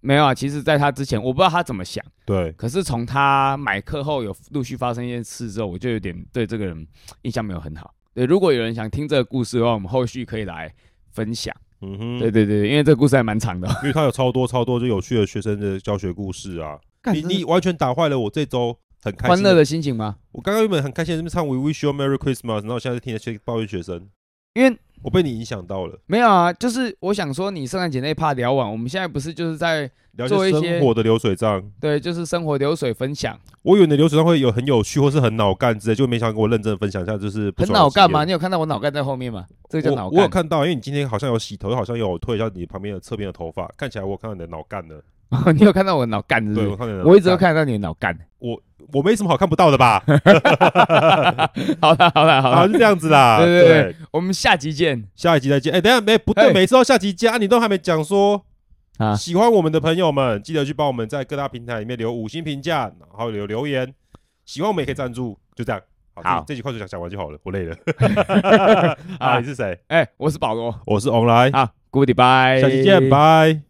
Speaker 1: 没有啊。其实，在他之前，我不知道他怎么想。
Speaker 2: 对，
Speaker 1: 可是从他买课后有陆续发生一件事之后，我就有点对这个人印象没有很好。对，如果有人想听这个故事的话，我们后续可以来分享。
Speaker 2: 嗯哼，
Speaker 1: 对对对，因为这个故事还蛮 <laughs> 长的。
Speaker 2: 因为他有超多超多就有趣的学生的教学故事啊。你你完全打坏了我这周很开
Speaker 1: 欢
Speaker 2: 心的
Speaker 1: 乐的心情吗？
Speaker 2: 我刚刚原本很开心在那边唱 We Wish You a Merry Christmas，然后我现在听着去抱怨学生，
Speaker 1: 因为
Speaker 2: 我被你影响到了，
Speaker 1: 没有啊，就是我想说，你圣诞节那一趴聊完，我们现在不是就是在
Speaker 2: 聊
Speaker 1: 做
Speaker 2: 些
Speaker 1: 一些
Speaker 2: 生活的流水账。
Speaker 1: 对，就是生活流水分享，
Speaker 2: 我以为你的流水账会有很有趣或是很脑干之类，就没想跟我认真分享一下，就是不
Speaker 1: 很
Speaker 2: 爽的
Speaker 1: 脑干
Speaker 2: 经验
Speaker 1: 吗？你有看到我脑干在后面吗？这个叫脑
Speaker 2: 我我有
Speaker 1: 干。
Speaker 2: 看到，因为你今天好像有洗头，好像有推一下你旁边的侧边的头发，看起来我有看到你的脑干了。
Speaker 1: 你有看到我 <laughs> 脑干是不
Speaker 2: 对，
Speaker 1: 是
Speaker 2: 我？看到你的脑
Speaker 1: 嗯我一直都
Speaker 2: 干，
Speaker 1: 看得到你的脑干。
Speaker 2: 我没什么好看不到的吧？
Speaker 1: <laughs> 好了好了好
Speaker 2: 好，
Speaker 1: 了，
Speaker 2: 就这样子啦。
Speaker 1: 对对对
Speaker 2: 对，
Speaker 1: 我们下集见
Speaker 2: 下一集再见。哎，等一下没不对，
Speaker 1: 嘿
Speaker 2: 每次到下集见，啊你都还没讲说。
Speaker 1: 啊！
Speaker 2: 喜欢我们的朋友们，记得去帮我们在各大平台里面留五星评价，然后留留言。喜欢我们也可以赞助，就这样。好，
Speaker 1: 好
Speaker 2: 这这集快速讲讲完就好了，我累了。啊，
Speaker 1: 啊 <laughs>
Speaker 2: <laughs> 你，是谁？
Speaker 1: 哎，我是保罗。
Speaker 2: 我是 online，
Speaker 1: 好，Goodbye，
Speaker 2: 下期见，拜。